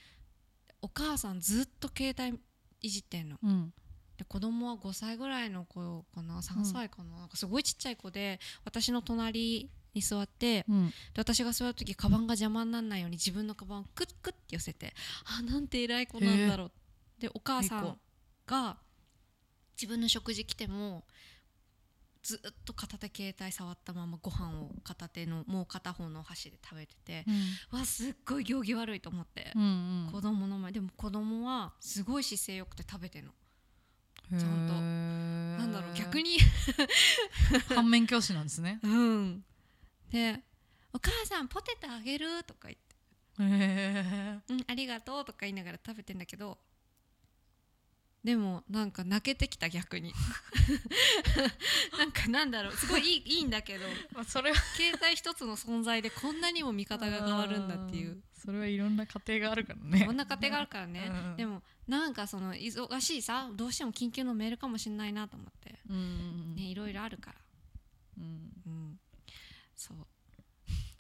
D: お母さんずっと携帯いじってんの
C: うん
D: で子供は5歳ぐらいの子かな3歳かな,、なんかすごいちっちゃい子で私の隣に座って
C: うん
D: で私が座る時カバンが邪魔にならないように自分のカバンをクックッて寄せてあなんて偉い子なんだろうでお母さ
C: いい
D: ん
C: 子
D: が自分の食事来てもずっと片手携帯触ったままご飯を片手のもう片方のお箸で食べてて、わすっごい行儀悪いと思って
C: う、ん
D: 子供の前でも子供はすごい姿勢よくて食べてんの、
C: うん
D: ちゃんと
C: な
D: なんだろう逆
C: に
D: に
C: 反面教師なんで すね
D: うんで「お母さんポテトあげる」とか言って
C: へえ
D: うん、ありがとうとか言いながら食べてんだけどでもなんか泣けてきた逆に なんかなんだろうすごいいいいいんだけど
C: まあそれは
D: 携帯一つの存在でこんなにも見方が変わるんだってい
C: あ
D: う
C: ーそれはいろんな家庭があるからね
D: こんな家庭があるからね
C: うん
D: でもなんかその忙しいさどうしても緊急のメールかもしんないなと思って、
C: うんうん
D: ね、いろいろあるから、
C: うん
D: うん、そうなん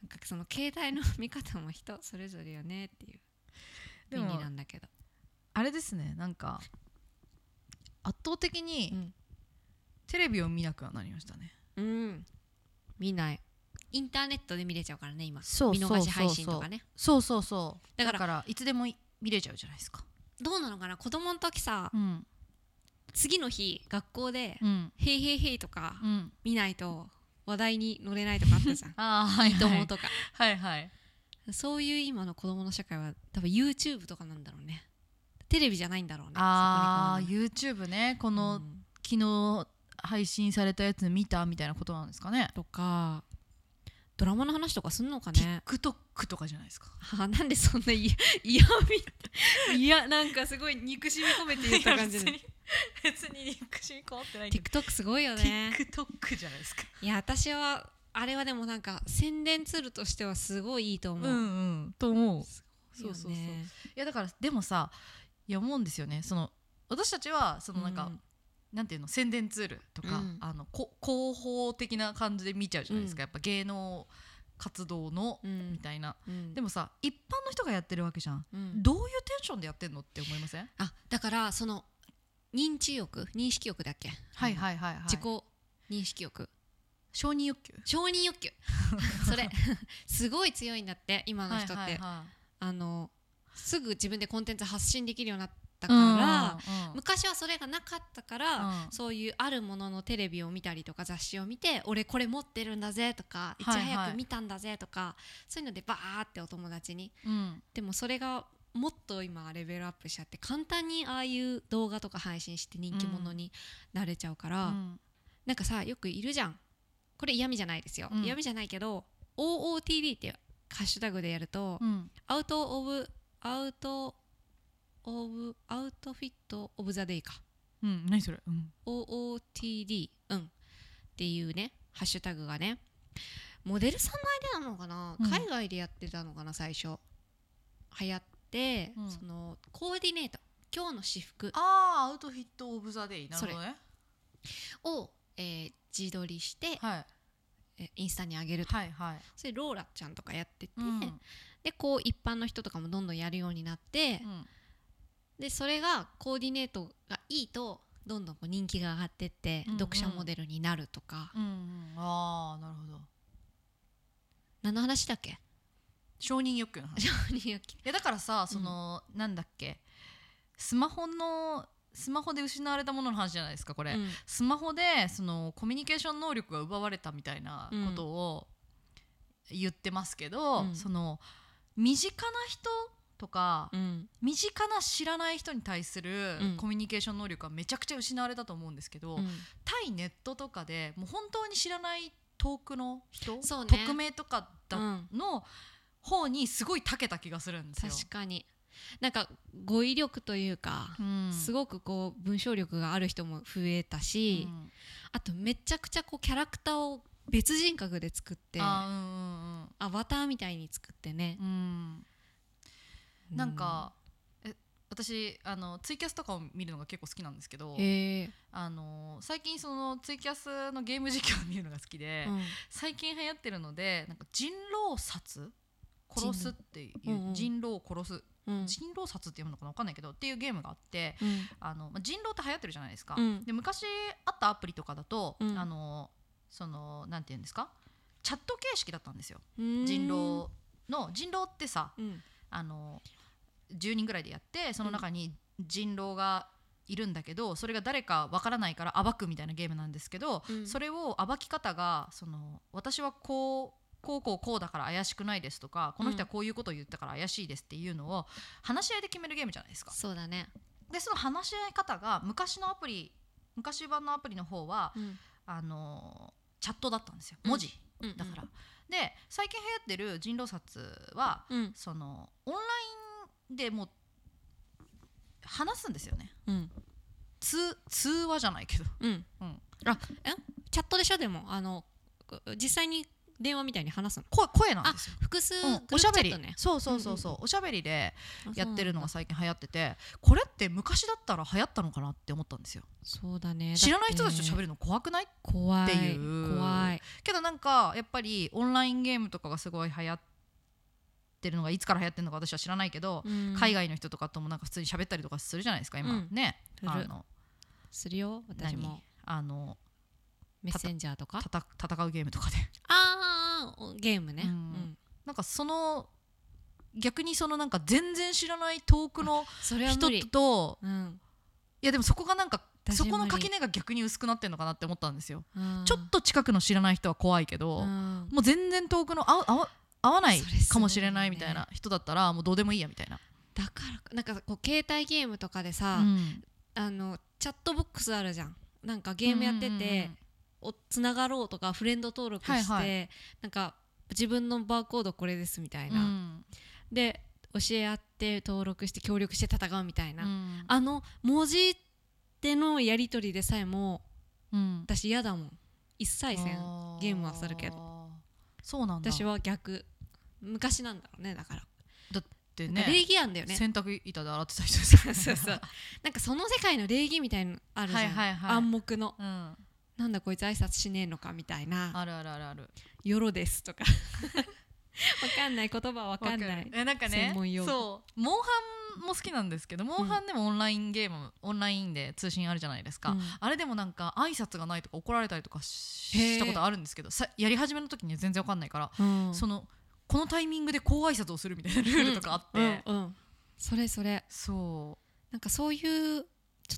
D: かその携帯の見方も人それぞれよねっていう
C: で
D: 便利
C: も
D: なんだけど、
C: あれですねなんか圧倒的
D: う
C: に
D: ん
C: テレビを見なくはなりましたね、
D: うん見ないインターネットで見れちゃうからね今
C: そうそうそうそう
D: 見逃し配信とかね
C: そうそうそう
D: だから
C: いつでもい見れちゃうじゃないですか
D: どうなのかな子供の時さ
C: うん
D: 次の日学校で
C: うん
D: 「へいへいへい」とか
C: うん
D: 見ないと話題に乗れないとかあったじゃん
C: ああ はい
D: 「子供とか
C: はいはい
D: そういう今の子供の社会は多分 YouTube とかなんだろうねテレビじゃないんだろうね
C: ああ
D: そこに
C: YouTube ねこ
D: 変わ
C: の、
D: るのうん
C: 昨日配信されたやつ見たみたいなことなんですかね
D: とかドラマの話とかすんのかね
C: TikTok とかじゃないですか
D: あ なんでそんな嫌嫌みいやなんかすごい憎しみ込めて言った感 じで
C: 別に憎しみこもってないけど
D: TikTok すごいよね
C: TikTok じゃないですか
D: いや私はあれはでもなんか宣伝ツールとしてはすごいいいと思
C: う
D: う、
C: んうんと思
D: いいよ
C: う
D: ね
C: そうそうそういやだからでもさいや思うんですよねその私たちはそのなんか、
D: うん
C: なんていうの宣伝ツールとか、
D: うん
C: あのこ広報的な感じで見ちゃうじゃないですか、
D: う
C: やっぱ芸能活動の、
D: うん
C: みたいな
D: うん
C: でもさ一般の人がやってるわけじゃん
D: うん
C: どういうテンションでやってんのって思いません、
D: あだからその認知欲認識欲だっけ
C: はい
D: い
C: はいはいはい
D: 自己認識欲、
C: 承認欲求
D: 承認欲 求それすごい強いんだって今の人って、
C: はいはいは
D: あのすぐ自分でコンテンツ発信できるようになった
C: い
D: から、
C: うんうんうん
D: 昔はそれがなかったから、
C: うん
D: そういうあるもののテレビを見たりとか雑誌を見て俺これ持ってるんだぜとかいち
C: はいはい
D: 早く見たんだぜとか、そういうのでバーってお友達に
C: うん
D: でもそれがもっと今レベルアップしちゃって簡単にああいう動画とか配信して人気者になれちゃうから、
C: うん
D: なんかさよくいるじゃんこれ嫌味じゃないですよ、
C: うん
D: 嫌味じゃないけど OOTD ってハッシュタグでやると、
C: うん
D: アウト・オブアウト・オブアウトフィット・オブ・ザ・デイか
C: うん何それうん、
D: OOTD、うん、っていうねハッシュタグがねモデルさんのアイデアなのかな、
C: うん
D: 海外でやってたのかな最初流行って、
C: うん
D: そのコーディネート今日の私服
C: ああアウトフィット・オブ・ザ・デイなるほどね
D: を、えー自撮りして、
C: はい
D: えーインスタに上げると
C: はいはい、
D: それローラちゃんとかやってて、
C: うん
D: でこう一般の人とかもどんどんやるようになって、
C: うん
D: でそれがコーディネートがいいとどんどんこう人気が上がってって、
C: うんうん
D: 読者モデルになるとか
C: うんうん、ああなるほど
D: 何の話だっけ
C: 承認欲求の話
D: 何やっけ
C: いやだからさその、なんだっけスマホのスマホで失われたものの話じゃないですかこれ、
D: うん
C: スマホでそのコミュニケーション能力が奪われたみたいなことを言ってますけど、
D: うん
C: その身近な人とか、
D: うん
C: 身近な知らない人に対する
D: うん
C: コミュニケーション能力はめちゃくちゃ失われたと思うんですけど、対ネットとかでもう本当に知らない遠くの人、
D: そうね
C: 匿名とかだ、
D: うん
C: の方にすごい長けた気がするんですよ。
D: 確かになんか語彙力というか、
C: うん
D: すごくこう文章力がある人も増えたし、
C: うん
D: あとめちゃくちゃこうキャラクターを別人格で作って
C: あうんうんうん
D: アバターみたいに作ってね、
C: うん、なんか、え私あのツイキャスとかを見るのが結構好きなんですけど
D: うん、へえ
C: あの最近そのツイキャスのゲーム実況を見るのが好きで、
D: うん
C: 最近流行ってるのでなんか人狼殺殺すっていう
D: うんうん
C: 人狼を殺す
D: うん
C: 人狼殺って読むのかな分かんないけどっていうゲームがあって
D: うん
C: あの、まあ、人狼って流行ってるじゃないですか、
D: うん
C: で昔あったアプリとかだと、
D: うん
C: あのそのなんて言うんですかチャット形式だったんですよ
D: うん
C: 人狼の人狼ってさ
D: うん
C: あの10人ぐらいでやってその中に人狼がいるんだけどそれが誰かわからないから暴くみたいなゲームなんですけど、
D: うん
C: それを暴き方がその私はこう。こうこうこうだから怪しくないですとかこの人はこういうことを言ったから怪しいですっていうのを話し合いで決めるゲームじゃないですか。
D: そうだね、
C: でその話し合い方が昔のアプリ昔版のアプリの方は
D: うん
C: あのチャットだったんですよ文字
D: うん
C: だから。で最近流行ってる人狼殺は
D: うん
C: そのオンラインでもう話すんですよね
D: うん
C: 通通話じゃないけど、
D: うん
C: うん、
D: チャットでしょでもあの実際に電話みたいに話すの
C: 声声なんですよ、
D: 複数グ
C: う
D: ル
C: ん
D: ー
C: お
D: プ
C: し
D: チ
C: ゃ
D: ャ
C: べ
D: ッ
C: り、
D: トね、
C: そうそうそうそう、おしゃべりでやってるのが
D: あ
C: 最近流行っててこれって昔だったら流行ったのかなって思ったんですよ
D: そうなんだそうだね
C: 知らない人たちと
D: だって
C: 喋るの怖くない
D: 怖い
C: っていう
D: 怖い
C: けどなんかやっぱりオンラインゲームとかがすごい流行ってるのがいつから流行ってるのか私は知らないけど、
D: うん
C: 海外の人とかともなんか普通に喋ったりとかするじゃないですか今、
D: うん
C: ね
D: する
C: あの
D: するよ私も
C: 何あの
D: メッセンジャーとか
C: たた戦うゲームとかで
D: ああゲームね、
C: う
D: うんん
C: なんかその逆にそのなんか全然知らない遠くの
D: それは無
C: 人
D: 理、
C: と
D: うん
C: いやでもそこがなんか
D: 私
C: そこ
D: 無
C: の
D: 理
C: 垣根が逆に薄くなってんのかなって思ったんですよ、
D: うん
C: ちょっと近くの知らない人は怖いけ
D: う
C: ど、
D: ん
C: もう全然遠くの合う合わ合わない
D: それすごいね
C: かもしれないみたいな人だったらもうどうでもいいやみたいな、
D: だからなんかこう携帯ゲームとかでさ、
C: うん
D: あのチャットボックスあるじゃんなんかゲームやってて、
C: うんうんうん
D: おつながろうとかフレンド登録して、
C: はいは
D: なんか自分のバーコードこれですみたいな、
C: うん
D: で教え合って登録して協力して戦うみたいな、
C: うん
D: あの文字でのやり取りでさえも
C: うん
D: 私嫌だもん一切せんゲームはするけど
C: そうなんだ
D: 私は逆昔なんだろうねだから、
C: で
D: なんか礼
C: ね
D: 儀案だよね
C: 洗濯板で洗ってた人です
D: そうそうそうなんかその世界の礼儀みたいのあるじゃん、
C: はいはいはい
D: 暗黙の
C: うん、あ
D: なんだこいつ挨拶しねえのかみたいな
C: るあるあるある
D: 「よろです」とか わかんない言葉わかんな
C: わ
D: い
C: るえなんかね
D: 専門用語
C: そうモンハンも好きなんですけどモンハンでもオンラインゲーム、オンラインで通信あるじゃないですか、
D: うん
C: あれでもなんか挨拶がないとか怒られたりとかし
D: へー
C: したことあるんですけどさやり始めの時には全然わかんないから、
D: うん
C: そのこのタイミングでこう挨拶をするみたいなルールとかあって、
D: うんうんそれそれ
C: そ
D: なんかそういうちょ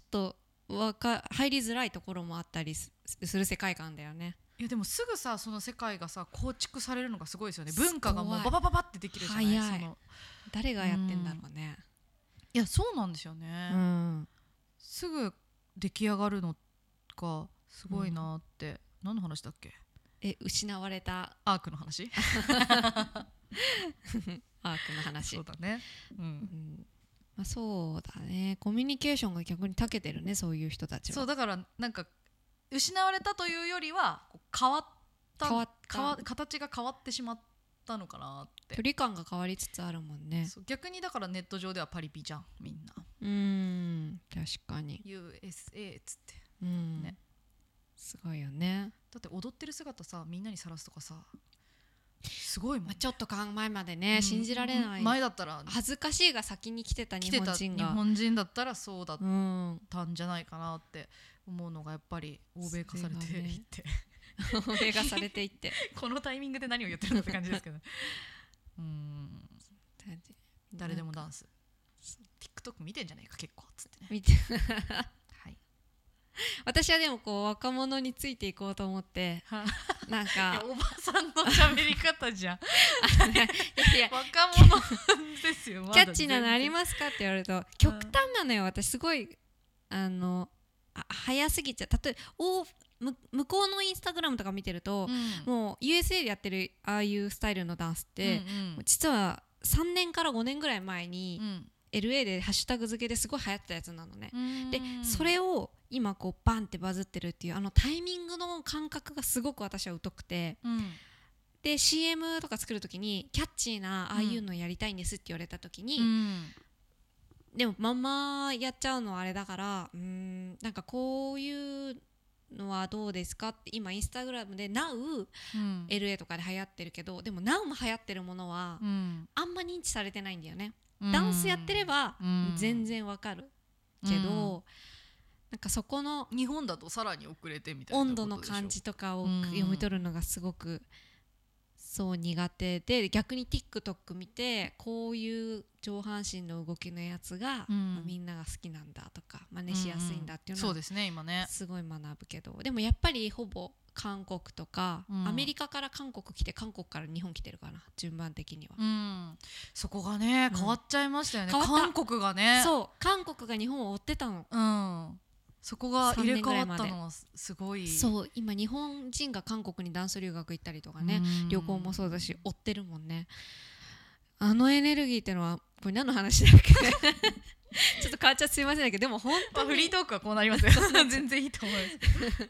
D: っとわか入りづらいところもあったりすする世界観だよね
C: ういやでもすぐさその世界がさ構築されるのがすごいですよね文化がもう
D: すご
C: バ
D: い
C: バババってできるじゃない
D: 早い
C: その
D: 誰がやってんだろうね
C: いやそうなんですよね、
D: うん
C: すぐ出来上がるのがすごいなって、何の話だっけ
D: え失われた
C: アークの話
D: アークの話
C: そうだね、うん、
D: うんまあ、そうだねコミュニケーションが逆に長けてるねそういう人たちは
C: そうだからなんか失われたというよりはこう変わった
D: 変わった
C: 変わ形が変わってしまったのかなっ
D: 距
C: て
D: 離感が変わりつつあるもんね
C: そう逆にだからネット上ではパリピじゃんみんな
D: うん確かに、
C: USA っつって
D: うん
C: ね
D: すごいよね、
C: だって踊ってる姿さみんなにさらすとかさすごいもん
D: まあ、ちょっと考えまでね、
C: うん
D: 信じられない
C: 前だったら
D: 恥ずかしいが先に来てた
C: 来
D: 日
C: て
D: 本
C: た
D: 人
C: 日
D: が
C: 本人だったらそうだっ
D: うん
C: たんじゃないかなって思うのがやっぱり欧米化されて
D: それがね
C: いって、
D: 欧米がされていって
C: このタイミングで何を言ってるのって感じ ですけどうーん誰でもダンス TikTok 見てんじゃないか結構っつってね、
D: 見て
C: はい、
D: 私はでもこう若者についていこうと思って
C: は
D: なん
C: いや
D: か
C: おばさんの喋り方じゃん
D: いや
C: 若者ですよまだ
D: キャ
C: 全然
D: ッチーなのありますかって言われると極端なのよ私すごいあのあ早すぎちゃう例えおむ向こうのインスタグラムとか見てると
C: う、ん
D: もう USA でやってるああいうスタイルのダンスって、
C: うんうん
D: 実は3年から5年ぐらい前に
C: う、ん
D: LA でハッシュタグ付けですごい流行ってたやつなのね、
C: うん
D: でそれを今こうバンってバズってるっていうあのタイミングの感覚がすごく私は疎くて
C: うん
D: で CM とか作る時にキャッチーなああいうのやりたいんですって言われた時に、
C: うん
D: でもまんまやっちゃうのはあれだからうーんなんかこういうのはどうですかって今インスタグラムで NOWLA
C: うん
D: とかで流行ってるけどでも NOW も流行ってるものは
C: うん
D: あんま認知されてないんだよね、
C: うん
D: ダンスやってれば
C: うん
D: 全然わかるけど、なんかそこの
C: 日本だとさらに遅れてみたいな
D: 温度の感じとかを
C: うん
D: 読み取るのがすごくそう苦手で逆に TikTok 見てこういう上半身の動きのやつが、
C: うん
D: まあみんなが好きなんだとか真似しやすいんだっていうの
C: そ
D: は
C: うですね今ね
D: すごい学ぶけどでもやっぱりほぼ韓国とか、
C: うん
D: アメリカから韓国来て韓国から日本来てるかな順番的には、
C: うんそこがね
D: うん
C: 変わっちゃいましたよね、
D: 変わった
C: 韓国がね
D: そう韓国が日本を追ってたの、
C: うんそこが入れ替わっ
D: 三年ぐ
C: た
D: らい
C: のはすすごい
D: そう今日本人が韓国にダンス留学行ったりとかね、
C: うん
D: 旅行もそうだし追ってるもんねあのエネルギーってのはこれ何の話だっけ ちょっと変わっちゃってすいませんだけどでも本
C: まあ
D: 当
C: フ
D: に
C: リ
D: い
C: ートークはこうなりますよ全然いいと思います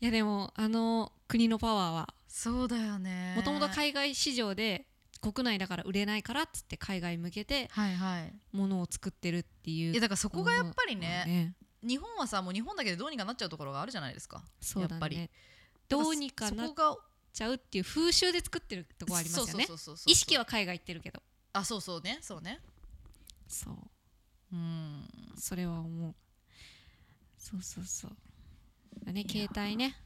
D: やでもあの国のパワーは
C: そうだよね
D: もともと海外市場で国内だから売れないからっつって海外向けて
C: はいはい
D: ものを作ってるっていう
C: いやだからそこがやっぱり
D: ものは
C: ね日本はさもう日本だけでどうにかなっちゃうところがあるじゃないですか
D: そう
C: や
D: だ
C: っぱ
D: ね
C: り
D: どうにかなっ
C: そこが
D: ちゃうっていう風習で作ってるとこありますよね
C: そうそうそうそうそう
D: 意識は海外行ってるけど
C: あそうそうねそうね
D: そう
C: うん
D: それは思うそうそうそうね
C: や
D: 携帯ね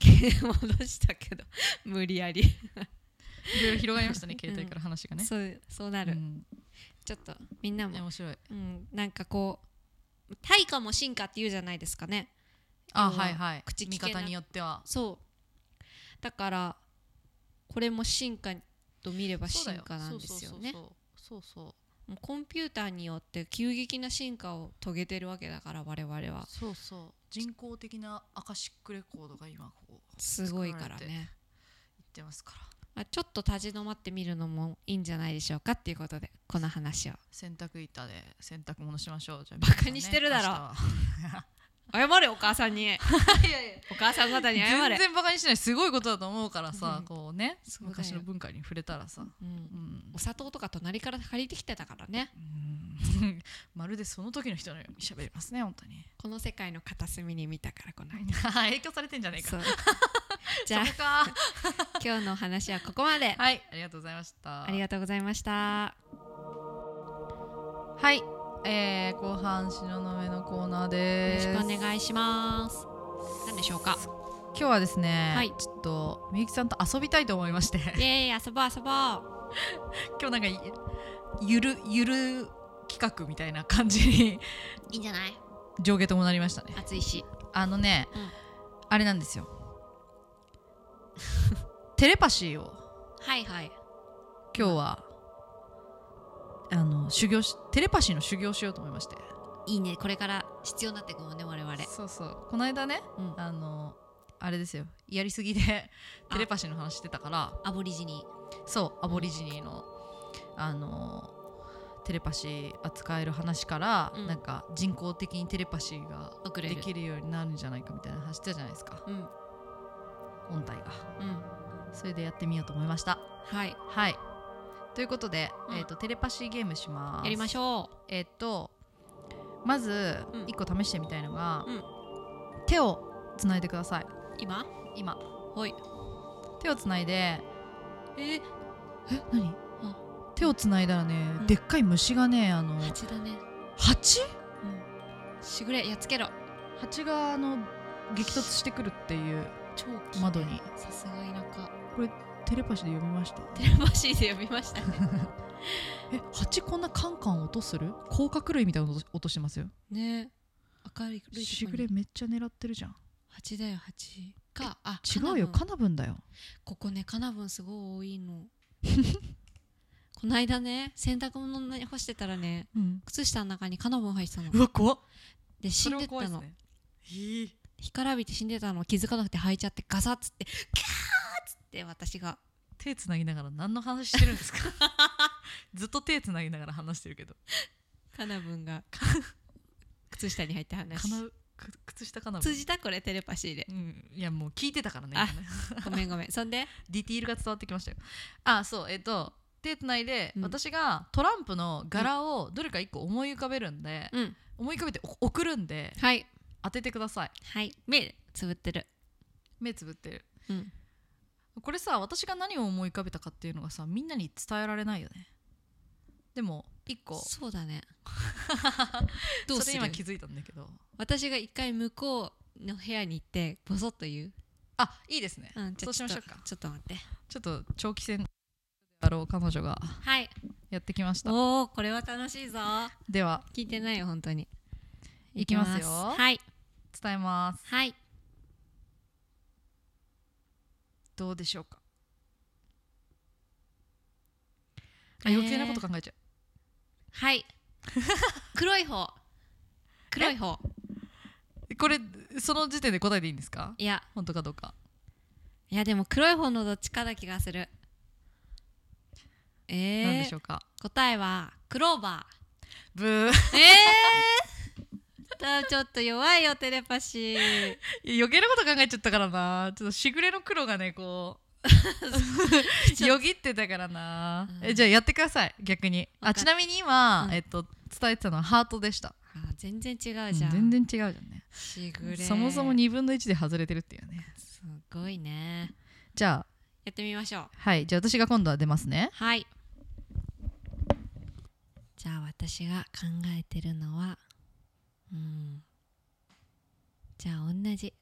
D: 戻したけど無理やり、
C: いろいろ広がりましたね携帯から話がね、
D: そうそうな
C: う
D: る、
C: ん、
D: ちょっとみんない
C: や
D: も、
C: 面白い
D: うん、なんかこう対価も進化って言うじゃないですかね
C: あ
D: 要は
C: はいはい
D: 口利
C: 見
D: けな
C: 方によっては
D: そうだからこれも進化と見れば
C: そうだ
D: 進化なんですよね
C: そうそうそう
D: もうコンピューターによって急激な進化を遂げてるわけだから我々は
C: そうそうそう人工的なアカシックレコードが今こう言
D: すごいから
C: 作られ
D: ね
C: ってますから
D: まあ、ちょっと立ち止まってみるのもいいんじゃないでしょうかっていうことでこの話を
C: 洗濯板で洗濯物しましょうじゃあ
D: バカにしてるだろ 謝れお母さんに お母さん方に
C: 皆さ ん
D: 謝
C: ね全
D: れ、
C: 然バカにしてないすごいことだと思うからさ
D: うん
C: こうね
D: そうだよ
C: 昔の文化に触れたらさ
D: う、
C: うんん
D: お砂糖とか隣から借りてきてたからね
C: うん まるでその時の人のように喋りますね本当に
D: この世界の片隅に見たからこの間
C: 影 響されてんじゃないか
D: そうじゃあ
C: そこか
D: 今日のお話はここまで、
C: はいありがとうございました
D: ありがとうございました
C: はい、えー、後半東雲のコーナー
D: よろ
C: です
D: しくお願いします何でしょうか
C: 今日はですね、
D: はい
C: ちょっとみゆきさんと遊びたいと思いまして
D: イエーイ遊ぼう遊ぼう
C: 今日なんかいゆるゆる企画みたいな感じに
D: いいんじゃない
C: 上下ともなりましたね
D: 暑いし
C: あのね、
D: うん
C: あれなんですよ テレパシーを
D: はいはい
C: 今日はあの修行しテレパシーの修行をしようと思いまして
D: いいねこれから必要になってくもんね我々
C: そうそうこの間ね
D: うん
C: あのあれですよやりすぎでテレパシーの話してたから
D: アボリジニ
C: そうアボリジニのあのテレパシー扱える話から、
D: うん
C: なんか人工的にテレパシーが
D: ー遅れ
C: で
D: る
C: きるようになるんじゃないかみたいな話してたじゃないですか
D: うんうん
C: 音体がそれでやってみようと思いました
D: はい
C: はいということで、
D: うん
C: えー、とテレパシーゲームします
D: やりまし
C: ょう
D: ょ
C: えっ、とまず
D: うん
C: 一個試してみたいのが、
D: うん
C: 手をつないでくださいう
D: 今
C: 今
D: はい
C: 手をつないで
D: えー、
C: え何
D: あ
C: 手をつないだらね、
D: うん
C: でっかい虫がねあの
D: 蜂だね
C: 蜂
D: うんしぐれやっつけろ
C: 蜂があの激突してくるっていう
D: 超
C: 窓に
D: さすが田舎
C: テレパシーで読みました
D: テレパシーで呼びましたね
C: え蜂こんなカンカン音する甲殻類みたいな音音してますよ
D: ね明るいとこに
C: しぐれめっちゃ狙ってるじゃん
D: 蜂だよ蜂かあ
C: 違うよ
D: カナブン
C: カナブンだよ
D: ここねカナブンすごい多いのこの間ね洗濯物に干してたらね
C: うん
D: 靴下の中にカナブン入ってたの
C: わ怖っ
D: で死んでったの、干からびて死んでたのを気づかなくて履いちゃってガサッつってキャーっつって私が
C: 手つなぎながら何の話してるんですか ずっと手つなぎながら話してるけど
D: カナブン が靴下に入った話
C: かなく靴下かな
D: 通じたこれテレパシ ーで
C: うん、いやもう聞いてたからね
D: あ
C: 今ね
D: ごめんごめんそんで
C: ディティールが伝わってきましたよあそうえっと手つないで、
D: うん
C: 私がトランプの柄をどれか一個思い浮かべるんで、
D: うん
C: 思い浮かべてお送るんで
D: はい
C: 当ててください
D: はい目つぶってる
C: 目つぶってる
D: うん
C: これさ私が何を思い浮かべたかっていうのがさみんなに伝えられないよねでも一個
D: そうだ ねどう
C: そ
D: す
C: れ
D: る
C: 今気づいたんだけど
D: 私が一回向こうの部屋に行ってボソッと言う、
C: あいいですね、
D: うん、じゃ
C: そう
D: あちょ
C: しま
D: っ
C: しょ
D: と
C: うか
D: ちょっと待って
C: ちょっと長期戦であろう彼女が
D: はい
C: やってきました
D: おおこれは楽しいぞ
C: では
D: 聞いてないよ本当に
C: いきますよ
D: いきはい
C: 伝えます
D: はい
C: どうでしょうか
D: え
C: あ
D: ー
C: 余計なこと考えちゃう、
D: はい 黒い方黒い方
C: これその時点で答えていいんですか
D: いや
C: 本当かどうか
D: いやでも黒い方のどっちかな気がするえー、
C: なんでしょうか
D: 答えはクローバ
C: ブー
D: ーえーだ ちょっと弱いよテレパシー
C: いや余計なこと考えちゃったからなちょっとしぐれの黒がねこ うよぎってたからな、
D: うん
C: えじゃあやってください逆に
D: わ
C: あ
D: かっ
C: ちなみに今、
D: うん
C: えっと伝えてたのはハートでした、
D: あ全然違うじゃん、
C: うん全然違うじゃんね
D: しぐれ
C: そもそも2分の1で外れてるっていうね
D: すごいね
C: じゃあ
D: やってみましょう
C: はいじゃあ私が今度は出ますね
D: はいじゃあ私が考えてるのはうんじゃあ同じ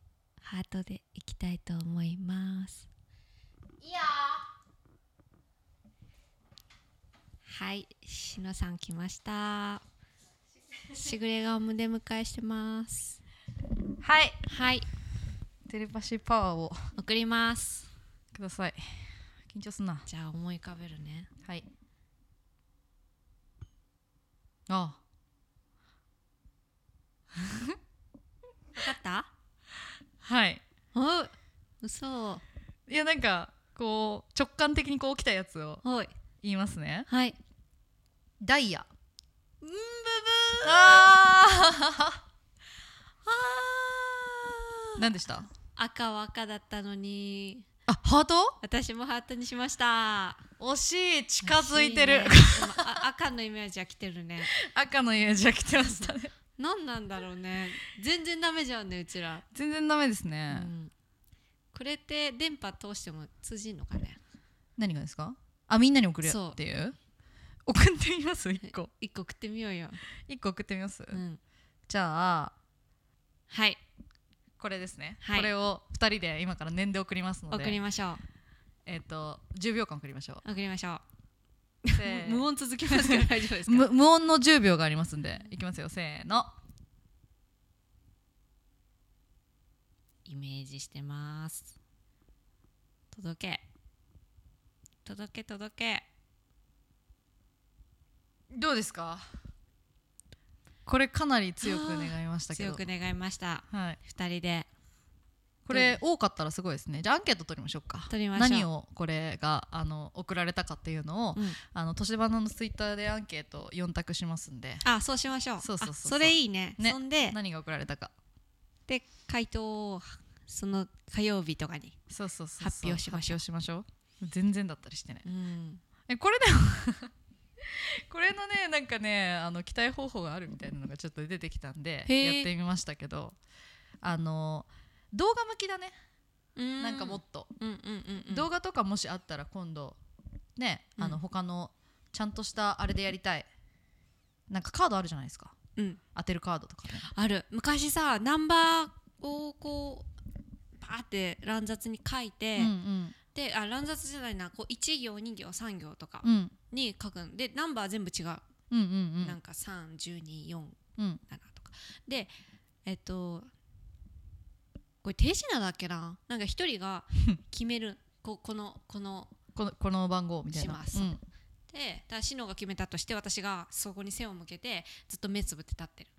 D: ハートでいきたいと思います
B: いいよ
D: はいしのさん来ましたしぐれがお胸迎えしてます
C: はい
D: はい
C: テレパシーパワーを
D: 送ります
C: ください緊張すんな
D: じゃあ思い浮かべるね
C: はいあ
D: 分かった
C: はい
D: おう嘘
C: いやなんかこう直感的にこう起きたやつを
D: おい
C: 言いますね
D: はい
C: ダイヤあー 何でした
D: 赤は赤だったのに
C: あハート
D: 私もハートにしました
C: 惜しい近づいてる
D: 惜しいねでもあ赤のイメージは来てるね
C: 赤のイメージが来てました ね
D: 何なんだろうね全然ダメじゃんねうちら、
C: 全然ダメです
D: う
C: ね、
D: ん、これって電波通しても通じんのかね
C: 何がですかあみんなに送る
D: そう
C: っていう送ってみます一個
D: 一個食ってみようよ、
C: 一個送ってみます、
D: うん、
C: じゃあ
D: はい
C: これですね、
D: はい
C: これを2人で今から念で送りますの
D: 送り
C: で、
D: ましょ
C: えっと10秒間送りましょ
D: う送りましょう
C: うせ ー
D: 無音続きます けど大丈夫ですか
C: 無無音の10秒がありますんでいきますよせーの
D: イメージしてます届け届け届け
C: どうですかこれかなり強く願いましたけ
D: 強
C: ど
D: く願いました
C: はい、
D: 二人で
C: これ多かったらすごいですねじゃあアンケート取りましょうか
D: 取りましょう
C: 何をこれがあの送られたかっていうのを、
D: うん
C: あの都市バナのツイッターでアンケート4択しますんで
D: あそうしましょう
C: そうそうそうそ
D: あ
C: う
D: それいいね
C: ね
D: そんで
C: 何が送られたか
D: で回答をその火曜日とかに、
C: そうそうそうそう
D: 発表しましょう
C: 発表しましょう全然だったりしてね
D: うん、
C: えこれでも これのねなんかねあの期待方法があるみたいなのがちょっと出てきたんで
D: へー
C: やってみましたけどあの動画向きだね、な
D: なん
C: かもっと、
D: うんうんうんうん
C: 動画とかもしあったら今度ねあ
D: う
C: の
D: ん
C: 他のちゃんとしたあれでやりたいなんかカードあるじゃないですか
D: うん
C: 当てるカードとかね
D: ある昔さナンバーをこうパーって乱雑に書いて、
C: うん
D: であ乱雑じゃないなこう1行2行3行とか
C: うんうん
D: に書くんでナンバー全部違う、
C: うんうんう
D: なん
C: ん
D: か31247
C: うん
D: とかでえっとこれ手品だっけななんか一人が決めるここのこの
C: このこの番号みたいな
D: します
C: うん
D: でだしのが決めたとして私がそこに背を向けてずっと目つぶって立ってる、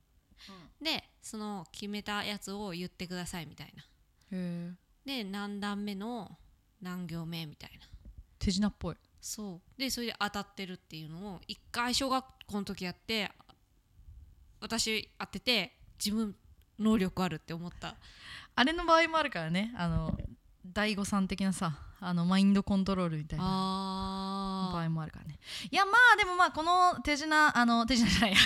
D: でその決めたやつを言ってくださいみたいな
C: へえ
D: で何段目の何行目みたいな
C: 手品っぽい
D: そうでそれで当たってるっていうのを一回小学校の時やって私当てて自分能力あるって思った
C: あれの場合もあるからねあの第五さん的なさあのマインドコントロールみたいな場
D: あ
C: 合もあるからねいやまあでもまあこの手品あの手品じ ゃないや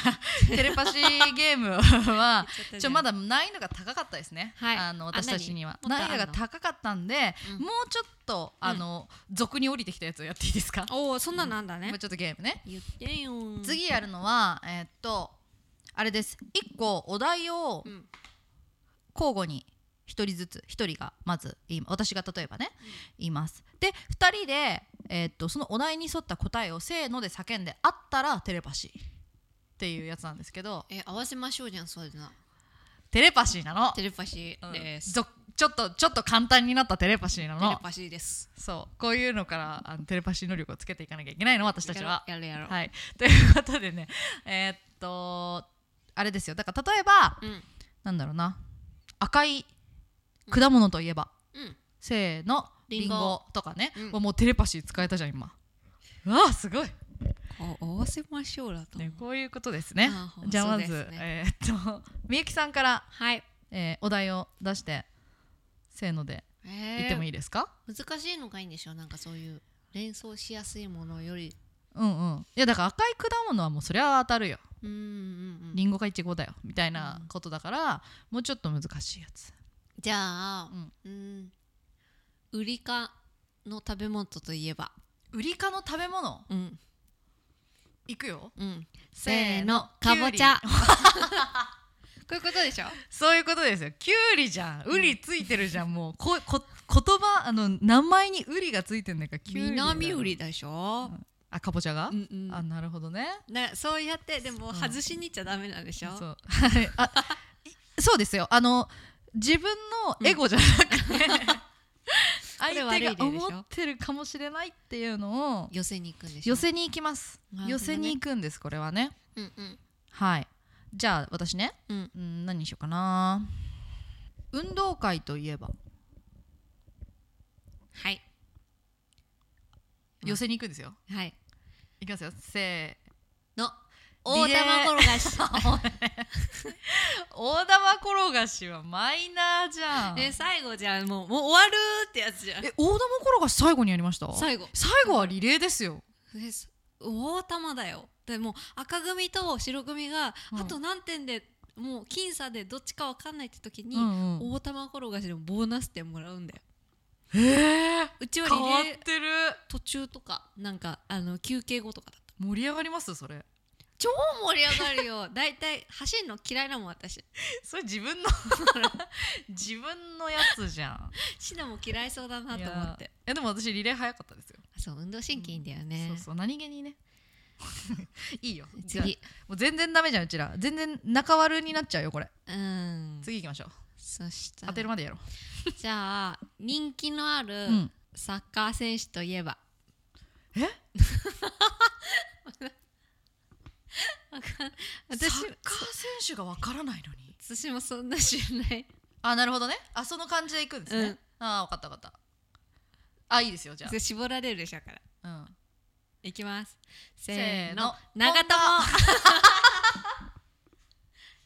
C: テレパシーゲームはちょま
D: だ
C: だ難易度が高かったですね、
D: はい
C: あの
D: あ
C: 私たちには
D: 何
C: 難
D: もっとあ
C: 易
D: んの
C: 度が高かったんで、
D: うん
C: もうちょっとあの、俗に降りてきたやつをやっていいですか、
D: おおそんななんだ
C: も
D: ね
C: うちょっとゲームね、
D: 言ってよ
C: 次やるのはえーっとあれです1個お題を
D: うん
C: 交互に1人ずつ1人がまず言い私が例えばね、言いますで2人で、えーっとそのお題に沿った答えをせーので叫んであったらテレパシーっていうやつなんですけど
D: え合わせましょうじゃんそういうの
C: テレパシーなの、
D: テレパシ
C: う
D: ー
C: ん
D: です、
C: ぞちょっとちょっと簡単になったテレパシーな
D: テレ
C: の
D: パシーです
C: そうこういうのからあのテレパシー能力をつけていかなきゃいけないの私たちは。
D: やろうやろうやろう、
C: はい、 ということでねえーっとあれですよだから例えば
D: うん
C: なんだろうな赤い果物といえば、
D: うん
C: せーの
D: リ
C: り
D: ン
C: ん
D: ゴ
C: ごとかね、
D: うん
C: もうテレパシー使えたじゃん今。うわあすごい、
D: あ合わせましょうだと思う
C: ね、こういうことですね
D: あー
C: じゃあまず、
D: そうですね
C: えーっと みゆきさんから、
D: はい
C: えーお題を出してせーので
D: え
C: 言ってもいいですか、
D: 難しいのがいいんでしょなんかそういう連想しやすいものより
C: うんうんいやだから赤い果物はもうそりゃ当たるよ
D: うんうんうん
C: りんごかいちごだよみたいな
D: うん
C: ことだから、もうちょっと難しいやつ
D: じゃあ
C: うん
D: うんウリ科の食べ物といえば
C: ウリ科の食べ物
D: うん
C: いくよ
D: うん
C: せ
D: せ
C: ー
D: ー
C: の
D: の
C: か
D: か
C: ぼ
D: ぼ
C: ち
D: ち
C: ゃ
D: ゃこういう ことでしょ
C: そういうことですよきゅうりじゃんウリついてるじゃん、もうここ言葉あの名前にウリがついてんだからきゅうりだよ
D: 南ウリだでしょ
C: あかぼちゃが、
D: うんうん
C: あなるほどね
D: なそうやってでも
C: うん
D: 外しに行っちゃダメなんでしょ
C: そうはいあいそうですよあの自分のエゴじゃなく て、相手が思ってるかもしれないっていうのを
D: 寄せに行くんでしょ
C: 寄せに行きます、
D: なるほどね
C: 寄せに行くんですこれはね
D: うんうん
C: はいじゃあ私ね
D: うん
C: うん何にしようかな運動会といえば
D: はいうん
C: 寄せに行くんですよ
D: はい
C: 行きますよせー
D: の
C: リ
D: 大
C: レー
D: 玉転がし
C: 大玉転がしはマイナーじゃ ん
D: え最後じゃんもうもう終わるってやつじゃん
C: え大玉転がし最後にやりました
D: 最後
C: 最後はリレーですよ
D: です大玉だよでも赤組と白組が、
C: うん
D: あと何点でもう僅差でどっちかわかんないって時に、
C: うんうん
D: 大玉転がしでもボーナス点もらうんだよ
C: えー
D: うちはリ
C: 変わ
D: レー
C: ってる
D: 途中とかなんかあの休憩後とかだった
C: 盛り上がりますそれ
D: 超盛り上がる よだいたい走るの嫌いなもん私
C: それ自分 の自分のやつじゃん
D: シナも嫌いそうだなと思って
C: いやでも私リレー早かったですよ、
D: そう運動神経いいんだよね、
C: そうそう何気にね いいよ
D: 次
C: もう全然ダメじゃんうちら全然仲悪になっちゃうよこれ
D: うん
C: 次行きましょう
D: そした
C: 当
D: ら
C: てるまでやろ
D: じゃあ人気のある
C: う、うん、
D: サッカー選手といえば
C: え
D: わかん
C: サ
D: 私
C: ッカー選手がわからないのに
D: 私もそんな知らない
C: あなるほどねあその感じで行くんですね、
D: うん
C: ああ分かった分かったあいいですよじゃ
D: それ 絞られるでしょうから
C: あ、うん、
D: いきますせ
C: ー
D: ー
C: の
D: の長友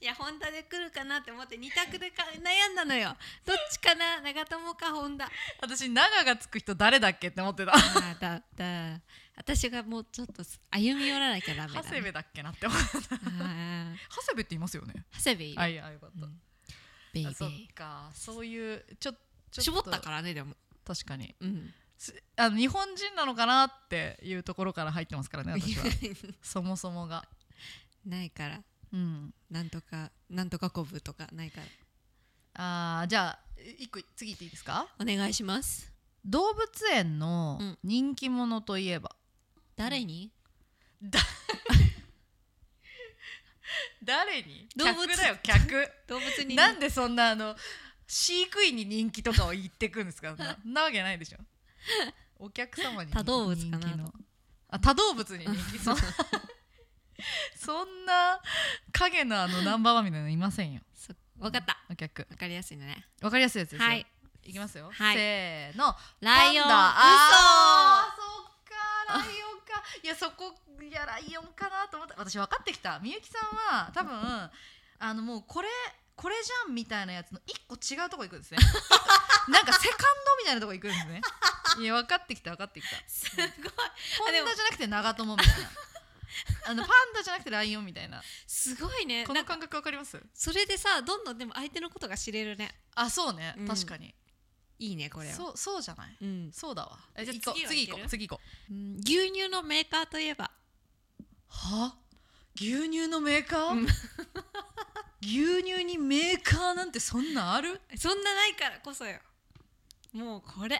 D: いや本田で来るかなって思って二択でか悩んだのよどっちかな長友か本田あ
C: 私長がつく人誰だっけって思ってた
D: ーだだ私がもうちょっと歩み寄らなきゃダメだ、
C: 長
D: ね、
C: 谷部だっけなって思った長
D: あー
C: 谷部っていますよね
D: 長谷部いる、
C: あいやよかった、
D: うんベイベ
C: あそっ
D: ー
C: かそういうちょちょっと
D: 絞ったからねでも
C: 確かに
D: うん
C: すあの日本人なのかなっていうところから入ってますからね私はそもそもが
D: ないから
C: うん
D: なんとかなんとかこぶとかないから
C: あーじゃあ一個次行っていいですか
D: お願いします
C: 動物園の
D: うん
C: 人気者といえば、
D: 誰に
C: 誰に
D: 動物
C: 客だよ客
D: 動物に
C: なんでそんなあの飼育員に人気とかを言ってく んですかそんなそんなわけないでしょお客様に人気の
D: 多動物かなと
C: あ多動物に人気そんそんな影のあのナンバーワンみたいなのいませんよ
D: そわかった
C: お客
D: わかりやすいね
C: わかりやすいやつですよ
D: はい
C: いきますよ、
D: はい
C: せーの
D: ライオン嘘
C: パンダあーそっかライオンかいやそこいやライオンかなと思った私分かってきたみゆきさんは多分あのもうこれこれじゃんみたいなやつの一個違うとこ行くんですね なんかセカンドみたいなとこ行くん ですねいや分かってきた分かってきた
D: すごい
C: パン
D: でも
C: ダじゃなくて長友みたい なあのパンダじゃなくてライオンみたいな
D: すごいね
C: こ
D: な
C: の
D: んか
C: 感覚分かります
D: それでさどんどんでも相手のことが知れるね
C: あそうね、
D: うん
C: 確かに
D: いいねこれは
C: そうそうじゃない
D: うん、
C: そうだわえじゃあ
D: 次はいける
C: 次行こう次行こう
D: うん牛乳のメーカーといえば
C: は牛乳のメーカー、
D: うん
C: 牛乳にメーカーなんてそんなんある
D: そんなないからこそよもうこれ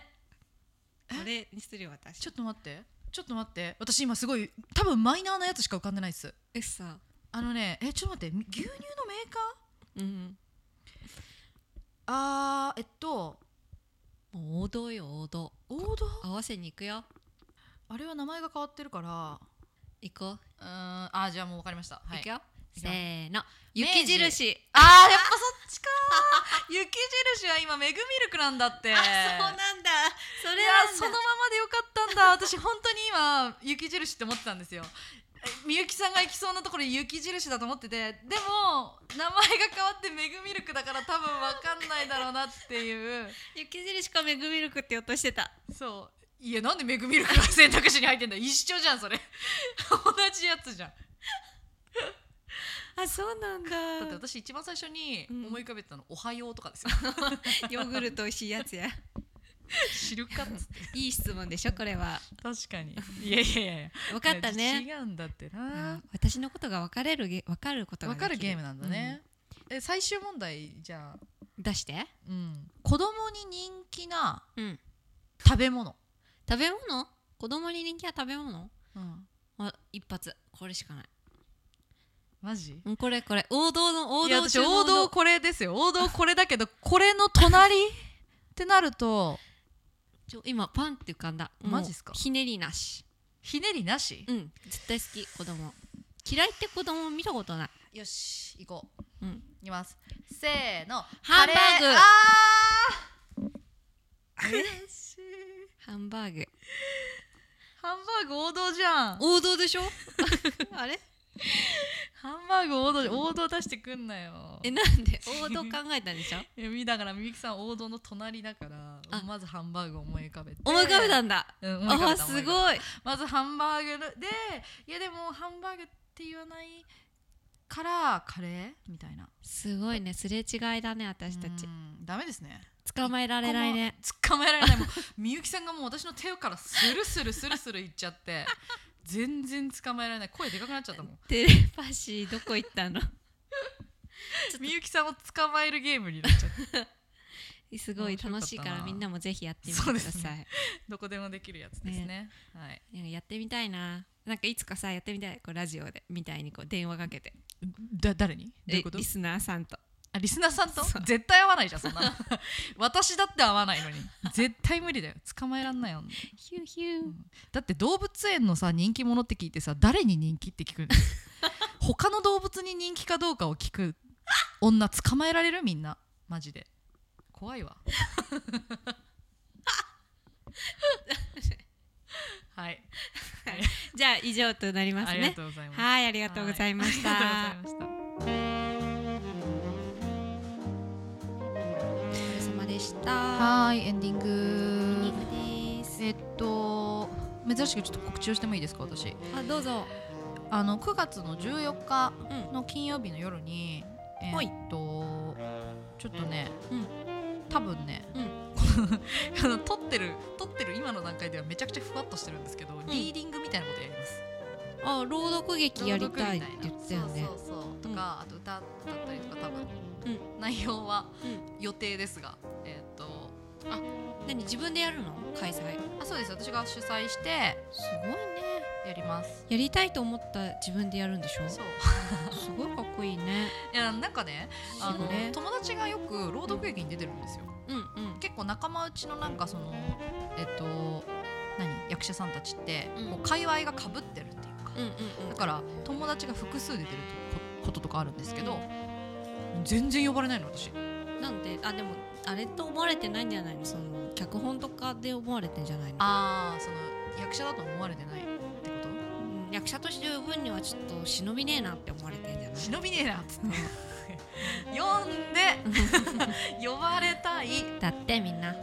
D: これにするよ私
C: ちょっと待ってちょっと待って私今すごい多分マイナーなやつしか浮かんでないっす
D: うっそ
C: あのねえちょっと待って牛乳のメーカー
D: うん
C: あーえっと
D: もう王道よ王道
C: 王道
D: 合わせに行くよ
C: あれは名前が変わってるから
D: 行こう、
C: うーんあーじゃあもう分かりました、はい、
D: 行くよ
C: 行き
D: せ
C: ます
D: ーの
C: 明治
D: 雪印
C: あーやっぱそっちか ー雪印は今メグミルクなんだって
D: あそうなんだそ
C: い
D: れ
C: や
D: なんだ
C: そのままでよかったんだ私本当に今雪印って思ってたんですよえみゆきさんが行きそうなところに雪印だと思っててでも名前が変わってメグミルクだから多分わかんないだろうなっていう
D: 雪印かメグミルクって言おうとしてた
C: そういやなんでメグミルクが選択肢に入ってんだ一緒じゃんそれ同じやつじゃん
D: あそうなんだ
C: だって私一番最初に
D: うん
C: 思い浮かべてたの「おはよう」とかですよ
D: ヨーグルト美味しいやつや
C: 知るかっつって
D: いい質問でしょこれ は
C: 確かにいやいやいや
D: 分かったね、
C: 違うんだって
D: う
C: な、
D: ん、私のことが分かれるゲ分かることが
C: わ
D: でき
C: かるゲームなんだね、え最終問題じゃあ、
D: うん出して
C: うん、子供に人気な
D: うん
C: 食べ物、
D: 食べ物子供に人気は食べ物
C: うん、
D: あ一発これしかない
C: マジ
D: うんこれこれ王道の王
C: いや
D: 道
C: 私
D: 中の
C: 王道これですよ王道これだけど これの隣ってなると
D: ちょ今パンって浮かんだもう
C: マジっすか
D: ひねりなし
C: ひねりなし、
D: うん絶対好き子供嫌いって子供見たことない
C: よし行こう
D: うん
C: 行きますせーの
D: ハンバーグ
C: カレあー悔しい
D: ハンバーグ
C: ハンバーグ王道じゃん
D: 王道で しょあれ
C: ハンバーグ王道じゃん王道出してくんなよ
D: えなんで王道考えたんで しょ
C: いやみだからみゆきさん王道の隣だから
D: あ
C: まずハンバーグを思い浮かべて
D: 思い浮かべたんだ
C: うん思い浮か
D: あ
C: べた
D: ー
C: 思
D: す
C: い浮かべ
D: ごい
C: たまずハンバーグのでいやでもハンバーグって言わないからカレーみたいな
D: すごいねすれ違いだね私たち
C: うんダメですね
D: 捕まえられないね
C: 捕まえられないもうみゆきさんがもう私の手からスルスルスルスルいっちゃって全然捕まえられない声でかくなっちゃったもん
D: テレパシーどこ行ったの
C: みゆきさんを捕まえるゲームになっちゃっ て
D: すごい
C: 面白かったな
D: 楽しいからみんなもぜひやってみてくだ
C: そうです
D: さい
C: ねどこでもできるやつですねはい
D: いややってみたいななんかいつかさやってみたいこうラジオでみたいにこう電話かけて
C: だ誰にどういうこと
D: えリスナーさんと
C: あリスナーさんと
D: そう
C: 絶対合わないじゃんそんな の私だって合わないのに絶対無理だよ捕まえらんないよ
D: ヒューヒュー、
C: だって動物園のさ人気者って聞いてさ誰に人気って聞くんです 他の動物に人気かどうかを聞く女捕まえられるみんなマジで怖いわはい、
D: じゃあ以上となります
C: ありが
D: ね
C: とうございます
D: はいありがとうございました、
C: はいありがとうございました
D: お疲れ様でした
C: はいエンディ
D: エ
C: ン
D: ンデ
C: グ
D: ィングです
C: えっと珍しくちょっと告知をしてもいいですか私
D: あどうぞ
C: あの9月の14日
D: うん
C: の金曜日の夜に、え
D: はい
C: ーっとちょっとね、
D: うん
C: 多分ね、
D: うん
C: あの撮ってる撮ってる今の段階ではめちゃくちゃふわっとしてるんですけど、リーディングみたいなことやります
D: あ朗読劇やりたいって言ってたよね
C: そうそうそうとか、あと歌だったりとか多分、
D: う
C: 内容は
D: う
C: 予定ですがえーっと
D: 何自分でやるの開催
C: あそうです私が主催して
D: すごいね
C: やります
D: やりたいと思った自分でやるんでしょ
C: そう
D: すごいかっこいいね
C: いやなんかねあの
D: ね
C: 友達がよく朗読劇に出てるんですよ
D: うんうん
C: 結構仲間内のなんかそのえっと何役者さんたちって、
D: うん
C: こう界隈がかぶってるっていうか、
D: うんうん
C: だから友達が複数出てるとここととかあるんですけど、全然呼ばれないの私
D: うんなんであでもあれと思われてないんじゃないのその脚本とかで思われてんじゃないの
C: ああその役者だと思われてないってこと
D: うん役者として呼ぶにはちょっと忍びねえなって思われてんじゃない
C: 忍びねえなっ つって呼んで 呼ばれたい
D: だってみんな、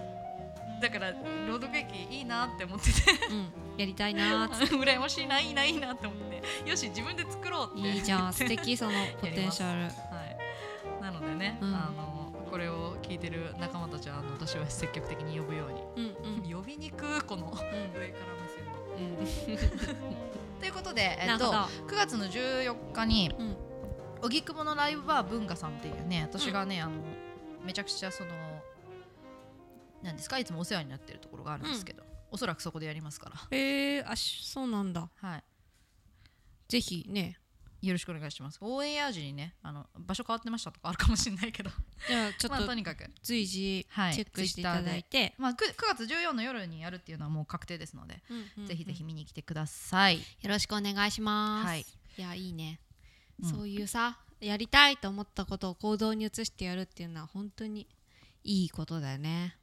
C: だから朗読劇いいなって思って
D: うん、やりたいなーっつって
C: て羨ましいないいないいなって思ってよし自分で作ろうって
D: いいじ ゃん素敵そのポテンシャル
C: はい、なのでね、
D: うん
C: あのこれを聞いてる仲間たちはあの私は積極的に呼ぶように、
D: うんうん
C: 呼びにくこの
D: う
C: 上から目線の。
D: んうん
C: ということで、え
D: な
C: っ
D: るほ
C: と、
D: ど
C: 9月の14日に
D: うん
C: 荻窪のライブバー文化さんっていうね私がね、あのめちゃくちゃそのなんですかいつもお世話になってるところがあるんですけど、おそらくそこでやりますから、
D: えー、あしそうなんだ
C: はい、
D: ぜひね
C: よろしくお願いします応援エアー時にねあの場所変わってましたとかあるかもしれないけど
D: じゃあちょ
C: ま
D: っ
C: あ
D: と
C: とにかく
D: 随時チ
C: は
D: ェ
C: い
D: ックしていただいて、
C: まあ、9, 月14の夜にやるっていうのはもう確定ですので、
D: うんうんうん
C: ぜひぜひ見に来てください。
D: よろしくお願いします、
C: はい
D: い、やいいね、
C: うん
D: そういうさやりたいと思ったことを行動に移してやるっていうのは本当にいいことだよ ね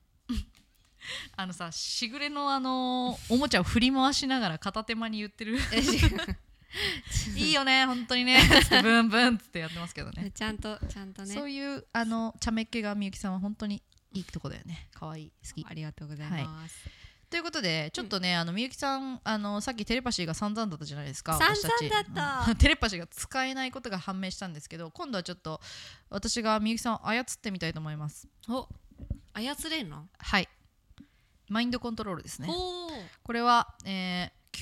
C: あのさしぐれのあのおもちゃを振り回しながら片手間に言ってる いいよね本当にね つってブンブンっつってやってますけど ね
D: ちゃんとちゃんとね
C: そういうあの茶目っ気がみゆきさんは本当にいいとこだよね可愛い好き
D: ありがとうございます、
C: ということでちょっとね、あのみゆきさんあのさっきテレパシーが散々だったじゃないですか
D: 散々
C: 私ち
D: だった
C: うんテレパシーが使えないことが判明したんですけど今度はちょっと私がみゆきさんを操ってみたいと思います
D: お操れるの、
C: はいマインドコントロールですね
D: おお
C: これは、えー、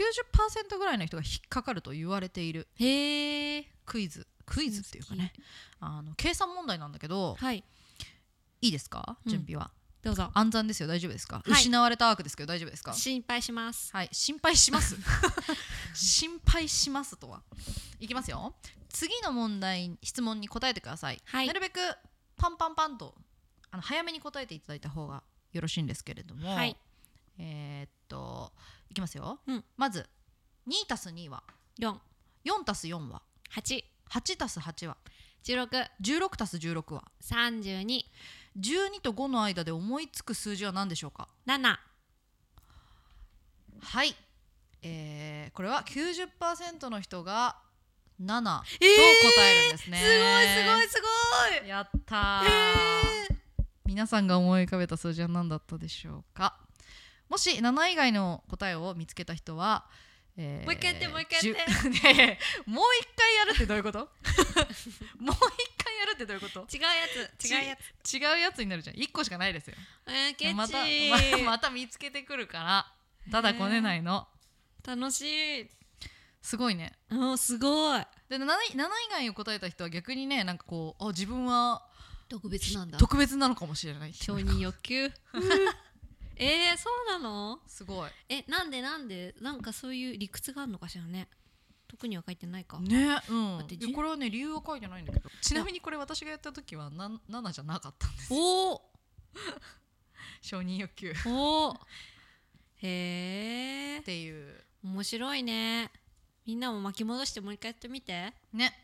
C: 90%ぐらいの人が引っかかると言われている
D: へえ
C: クイズクイズっていうかねあの計算問題なんだけど
D: はい
C: いいですか
D: うん
C: 準備は、
D: どうぞ
C: 暗算ですよ大丈夫ですか、
D: はい
C: 失われたアークですけど大丈夫ですか
D: 心配します
C: はい心配し ます心配しますとはいきますよ次の問題質問に答えてください、
D: はい
C: なるべくパンパンパンとあの早めに答えていただいた方がよろしいんですけれども、
D: はい
C: えーっといきますよ、
D: うん
C: まず2たす2は
D: 四
C: 4たす4は
D: 八
C: 8たす8は
D: 十六
C: 16たす16は
D: 三十二
C: 12と5の間で思いつく数字は何でしょうか
D: 七
C: はい、えー、これは90%の人が7と答
D: え
C: えるんですね、
D: いすごい
C: いやったー、皆さんが思い浮かべた数字は何だったでしょうかもし7以外の答えを見つけた人は、えー
D: もう一回やってもう一回やって
C: じゅねえもう一回やるってどういうこと もう一回やるってどういうこと
D: 違うやつ
C: ち
D: 違うやつ
C: 違うやつになるじゃん1個しかないですよ
D: えー、ケチ
C: またま また見つけてくるからただこねないの
D: 楽しい
C: すごいね
D: うんすごい
C: で 7, 位7以外を答えた人は逆にねなんかこうあ自分は
D: 特別なんだ
C: 特別なのかもしれない
D: 承認欲 求えー、そうなの
C: すごい
D: えなんでなんでなんかそういう理屈があるのかしらね特には書いてないか
C: ねうん
D: だって
C: いや
D: じゅ
C: これはね理由は書いてないんだけどちなみにこれ私がやった時はな7じゃなかったん です
D: おお
C: 承認欲求っ
D: おーへえ
C: ていう
D: 面白いねみんなも巻き戻してもう一回やってみて
C: ね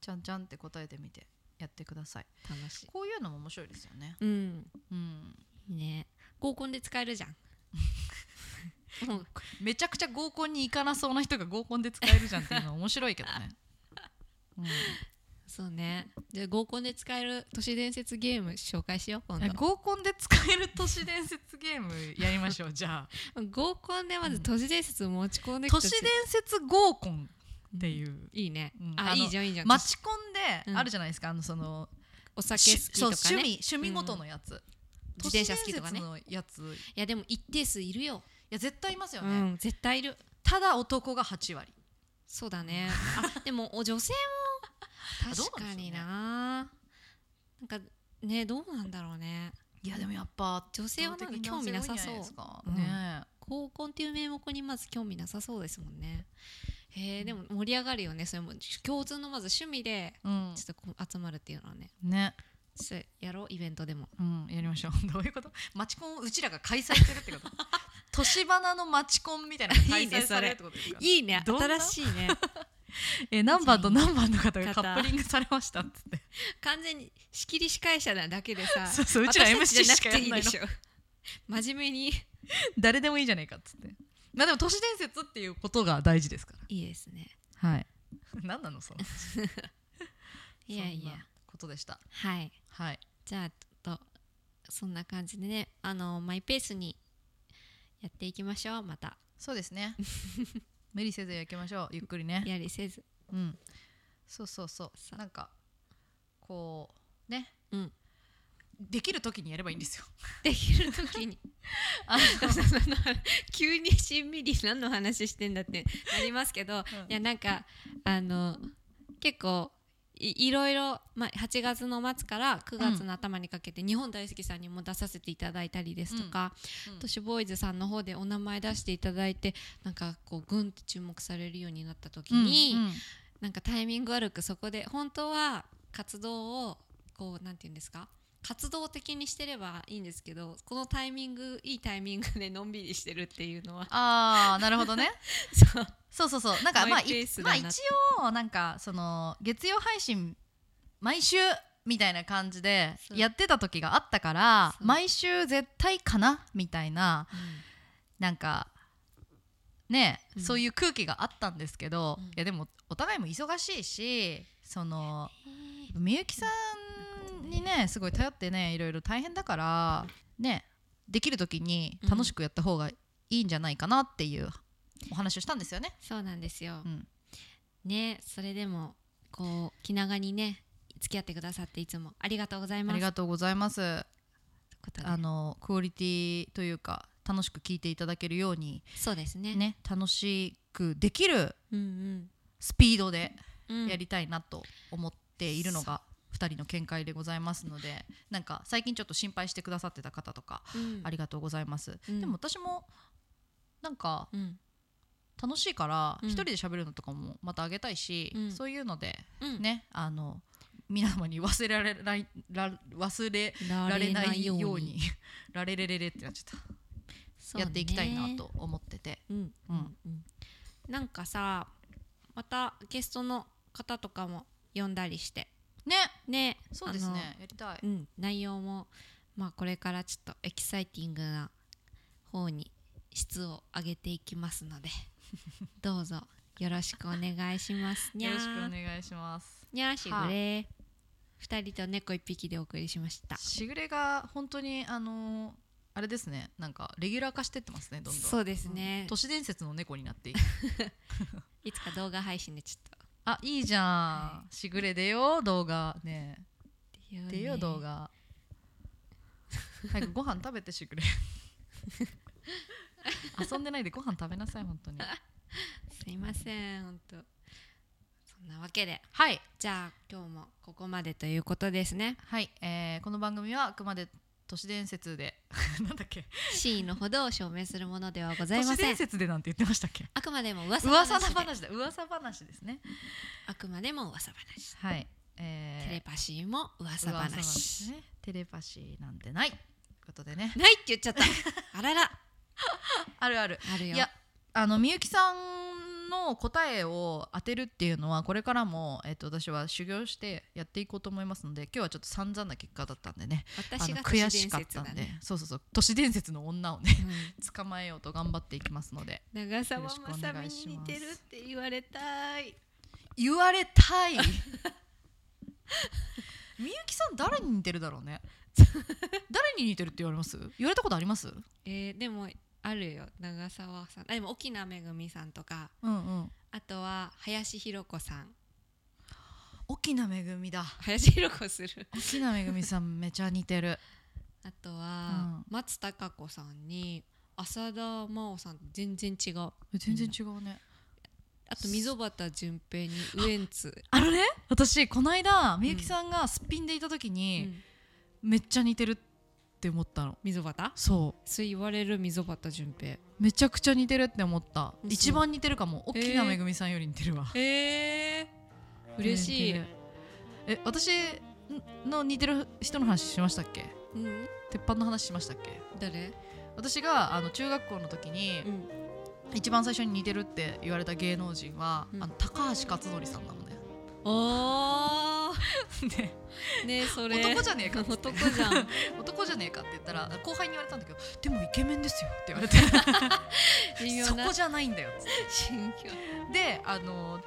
C: ちゃんちゃんって答えてみてやってください
D: 楽しい
C: こういうのも面白いですよね
D: うん
C: うん
D: いいね合コンで使える じゃんもう
C: めちゃくちゃ合コンに行かなそうな人が合コンで使えるじゃんっていうのは面白いけど ね、うん
D: そうねじゃあ合コンで使える都市伝説ゲーム紹介しよう今
C: え
D: 度
C: 合コンで使える都市伝説ゲームやりましょうじ ゃあ
D: 合コンでまず都市伝説を持ち込んできた
C: 都市伝説合コンっていう、
D: いいね、
C: うん
D: あ
C: あの
D: いいじゃんいいじゃん、
C: マチコ
D: う
C: ンで
D: ん
C: あるじゃないですか、あのその
D: お酒
C: し
D: 好きとか
C: そう
D: ね
C: 趣味趣味ごとのやつ、
D: 自転車好きとかね
C: 都市伝説のやつい
D: いやでも一定数いるよ、
C: や絶対いますよ
D: う
C: ね、
D: ん絶対いる
C: ただ男が8割
D: そうだ ねあでもお女性
C: あ
D: も
C: どう
D: 確
C: なんでしょ
D: かに
C: うね
D: ななんかねどうなんだろうね
C: いやでもやっぱ
D: 女性はなんか興味なさそう
C: 圧倒的に男性多いんじゃいですか
D: うん
C: ね
D: 合コンっていう名目にまず興味なさそうですもんねへえでも盛り上がるよねそれも共通のまず趣味で
C: うん
D: ちょっとこう集まるっていうのはね
C: ね
D: それやろうイベントでも
C: うんやりましょう どういうことマチコンをうちらが開催してるってこと 都市花のマチコンみたいなのが開
D: いいね
C: 催されるってことですか
D: いいね
C: どん
D: 新
C: な
D: しい ね
C: え何番と何番の方がカ
D: 方
C: ップリングされましたっつ って
D: 完全に仕切り司会者なだけでさ
C: そう そううちら
D: 私たち
C: MC しかやん
D: じゃ
C: ない
D: なくていいで
C: の
D: しょ真面目に
C: 誰でもいいじゃないかっつってまあでも都市伝説っていうことが大事ですか
D: いいですね
C: らはい 何なのその
D: いやい
C: そん
D: や
C: なことでした
D: はい
C: はい
D: じゃあちょっとそんな感じでねあのマイペースにやっていきましょうまた
C: そうで すね無理せずやきましょうゆっくりね
D: やりせ ず
C: うん、そうそうそ
D: さ
C: うなんかこうね、
D: うん
C: できる時にやればいいんですよ
D: できる時に
C: あの
D: 急にしんみり何の話してんだってなりますけど、いやなんかあの結構いいろいろ、まあ、8月の末から9月の頭にかけて、日本大好きさんにも出させていただいたりですとか、
C: うんうん
D: 都市ボーイズさんの方でお名前出していただいてなんかこうグンって注目されるようになった時に、
C: うんうん
D: なんかタイミング悪くそこで本当は活動をこうなんて言うんですか活動的にしてればいいんですけどこのタイミングいいタイミングでのんびりしてるっていうのは
C: ああなるほどね
D: そう
C: そうそうそうなんかま
D: マ
C: あ
D: イペー
C: い
D: スだ
C: ま
D: な
C: あ一応なんかその月曜配信毎週みたいな感じで
D: そう
C: やってた時があったから
D: そう
C: 毎週絶対かなみたいななんかね、
D: うん
C: そういう空気があったんですけど、
D: うん
C: いやでもお互いも忙しいしそのみゆきさんにねすごい頼ってねいろいろ大変だからねできる時に楽しくやった方がいいんじゃないかなっていうお話をしたんですよね。
D: そうなんですよ、
C: うん
D: ねそれでもこう気長にね付き合ってくださっていつもありがとうござい
C: あ
D: ます
C: りがとうございます。
D: ということで
C: あのクオリティというか楽しく聞いていただけるように
D: そうですね
C: ね楽しくできる
D: うん
C: スピードで
D: うんうん
C: やりたいなと思っているのが2人の見解でございますのでなんか最近ちょっと心配してくださってた方とか
D: うん
C: ありがとうございます、
D: うん
C: でも私もなんか
D: うん
C: 楽しいから
D: うん
C: 一人で喋るのとかもまたあげたいし、
D: うん
C: そういうので
D: うん
C: ねあの皆様に忘れられないら忘れられないようにられれれれってな っちゃっ
D: そう
C: た、
D: ね
C: やっていきたいなと思ってて
D: うんう
C: う
D: んんうん、なんかさまたゲストの方とかも呼んだりして
C: ね
D: ね
C: そうですねやりたい
D: あの、うん、内容も、まあ、これからちょっとエキサイティングな方に質を上げていきます のでどうぞよろしくお願いしますにゃ
C: よ
D: ー
C: ろしくお願いします
D: にゃーしぐれ二人と猫一匹でお送りしました
C: しぐれが本当にあのーあれですねなんかレギュラー化してってますねどんどん
D: そうですね
C: うん都市伝説の猫になっていく
D: いつか動画配信でちょっと
C: あいいじゃん、
D: は
C: しぐれ出よう動画ね
D: 出ようね
C: 出よう動画早くご飯食べてしぐれ 遊んでないでご飯食べなさい本当に
D: すいません本当そんなわけで
C: はい
D: じゃあ今日もここまでということですね
C: はい、えーこの番組はあくまで都市伝説で なんだっけ
D: 真意のほどを証明するものではござ
C: 都
D: いま
C: 市
D: せ
C: 伝
D: ん
C: 説でなんて言ってましたっけ
D: あくまでも噂話で
C: 噂の話だ噂話ですね
D: あくまでも噂話
C: はい、えー
D: テレパシーも噂
C: 噂
D: 話
C: 話ねテレパシーなんてないということでね
D: ないって言っちゃった あらら
C: あるある
D: あるよ
C: いやあのみゆきさんの答えを当てるっていうのはこれからも、えっと私は修行してやっていこうと思いますので今日はちょっと散々な結果だったんでねあ
D: 私
C: の
D: が
C: 悔しかったんで、そうそうそう都市伝説の女をね 捕まえようと頑張っていきますので
D: うん長澤
C: よろしくお願
D: ま
C: いし
D: さ
C: ます
D: みに似てるって言われたい
C: 言われた いみゆきさん誰に似てるだろうね誰に似てるって言われます言われたことありますう
D: えーでもあるよ長澤さんあでも沖縄めぐみさんとか
C: んうん
D: あとは林博子さん
C: 沖縄めぐみだ
D: 林博子する
C: 沖縄めぐみさんめちゃ似てる
D: あとは、
C: うん
D: 松たか子さんに浅田真央さんと全然違うあ
C: 全然違うね
D: と溝端淳平にウエンツ、
C: あのね私この間みゆきさんがすっぴんでいた時に、めっちゃ似てるってって思ったの
D: 溝端
C: そ
D: そう言われる溝端淳平
C: うめちゃくちゃ似てるって思った
D: 嘘
C: 一番似てるかも大きなめぐみさんより似てるわ、
D: えー、嬉しい、
C: 似てるえ私の似てる人の話しましたっけ
D: うん、
C: 鉄板の話しましたっけ
D: 誰、
C: 私があの中学校の時に
D: うん、
C: 一番最初に似てるって言われた芸能人は、
D: うん
C: あの高橋克典さんなのね
D: お
C: ね
D: ー ねそれ
C: 男じゃねえかっつって
D: 男じ ゃん
C: 男じゃねえかって言ったら後輩に言われたんだけどでもイケメンですよって言われて
D: 微妙
C: そ
D: な
C: こじゃないんだよっつって
D: 心
C: であの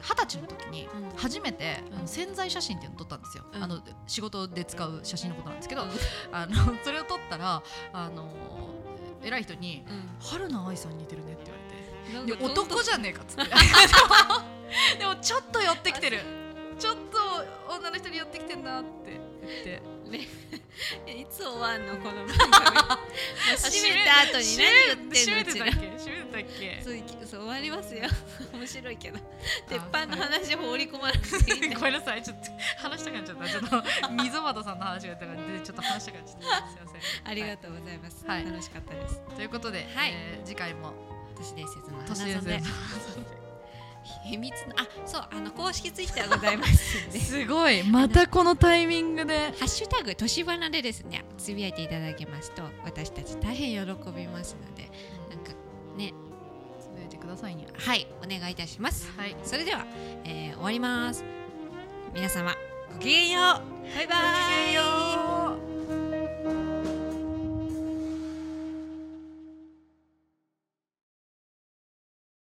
C: 二十歳の時に
D: うん
C: 初めて、あ
D: うん
C: の潜在写真っていうのを撮ったんですよ、
D: うん
C: あの仕事で使う写真のことなんですけど、
D: うん
C: あのそれを撮ったらあの偉い人に
D: 境
C: 「春菜愛さんに似てるね」って言われて。
D: うん
C: で
D: なんかどんどん
C: 男じゃねえかっつって でもちょっと寄ってきてるちょっと女の人に寄ってきてんなって言って
D: ね、 いつ終わんのこの番組 まあ閉めた後に何言ってんのう
C: 閉めて
D: ち
C: た
D: ら
C: っけ閉めてたっけ
D: そういきそう終わりますよ面白いけど鉄
C: あ
D: 板の
C: はい
D: 話放り込まなくていいんだ
C: ごめんなさいちょっと話したくなっちゃったちょっと溝端さんの話が出たからでちょっと話したくなっちゃったすいま せん
D: ありが
C: と
D: とうございます、
C: はい
D: 楽しかったです
C: う、ということで、
D: はい
C: えー次回も
D: 都市伝説の
C: 都市
D: 花
C: 伝
D: 園で
C: 説
D: 秘密のあそうあの公式ツイッターございますんで
C: すごいまたこのタイミングで
D: ハッシュタグ都市花でですねつぶやいていただけますと私たち大変喜びますのでなんかね
C: つぶやいてくださいね
D: はいお願いいたします
C: はい
D: それでは、えー終わります皆様ごきげんようバイバ
C: ごきげん
D: イ
C: よう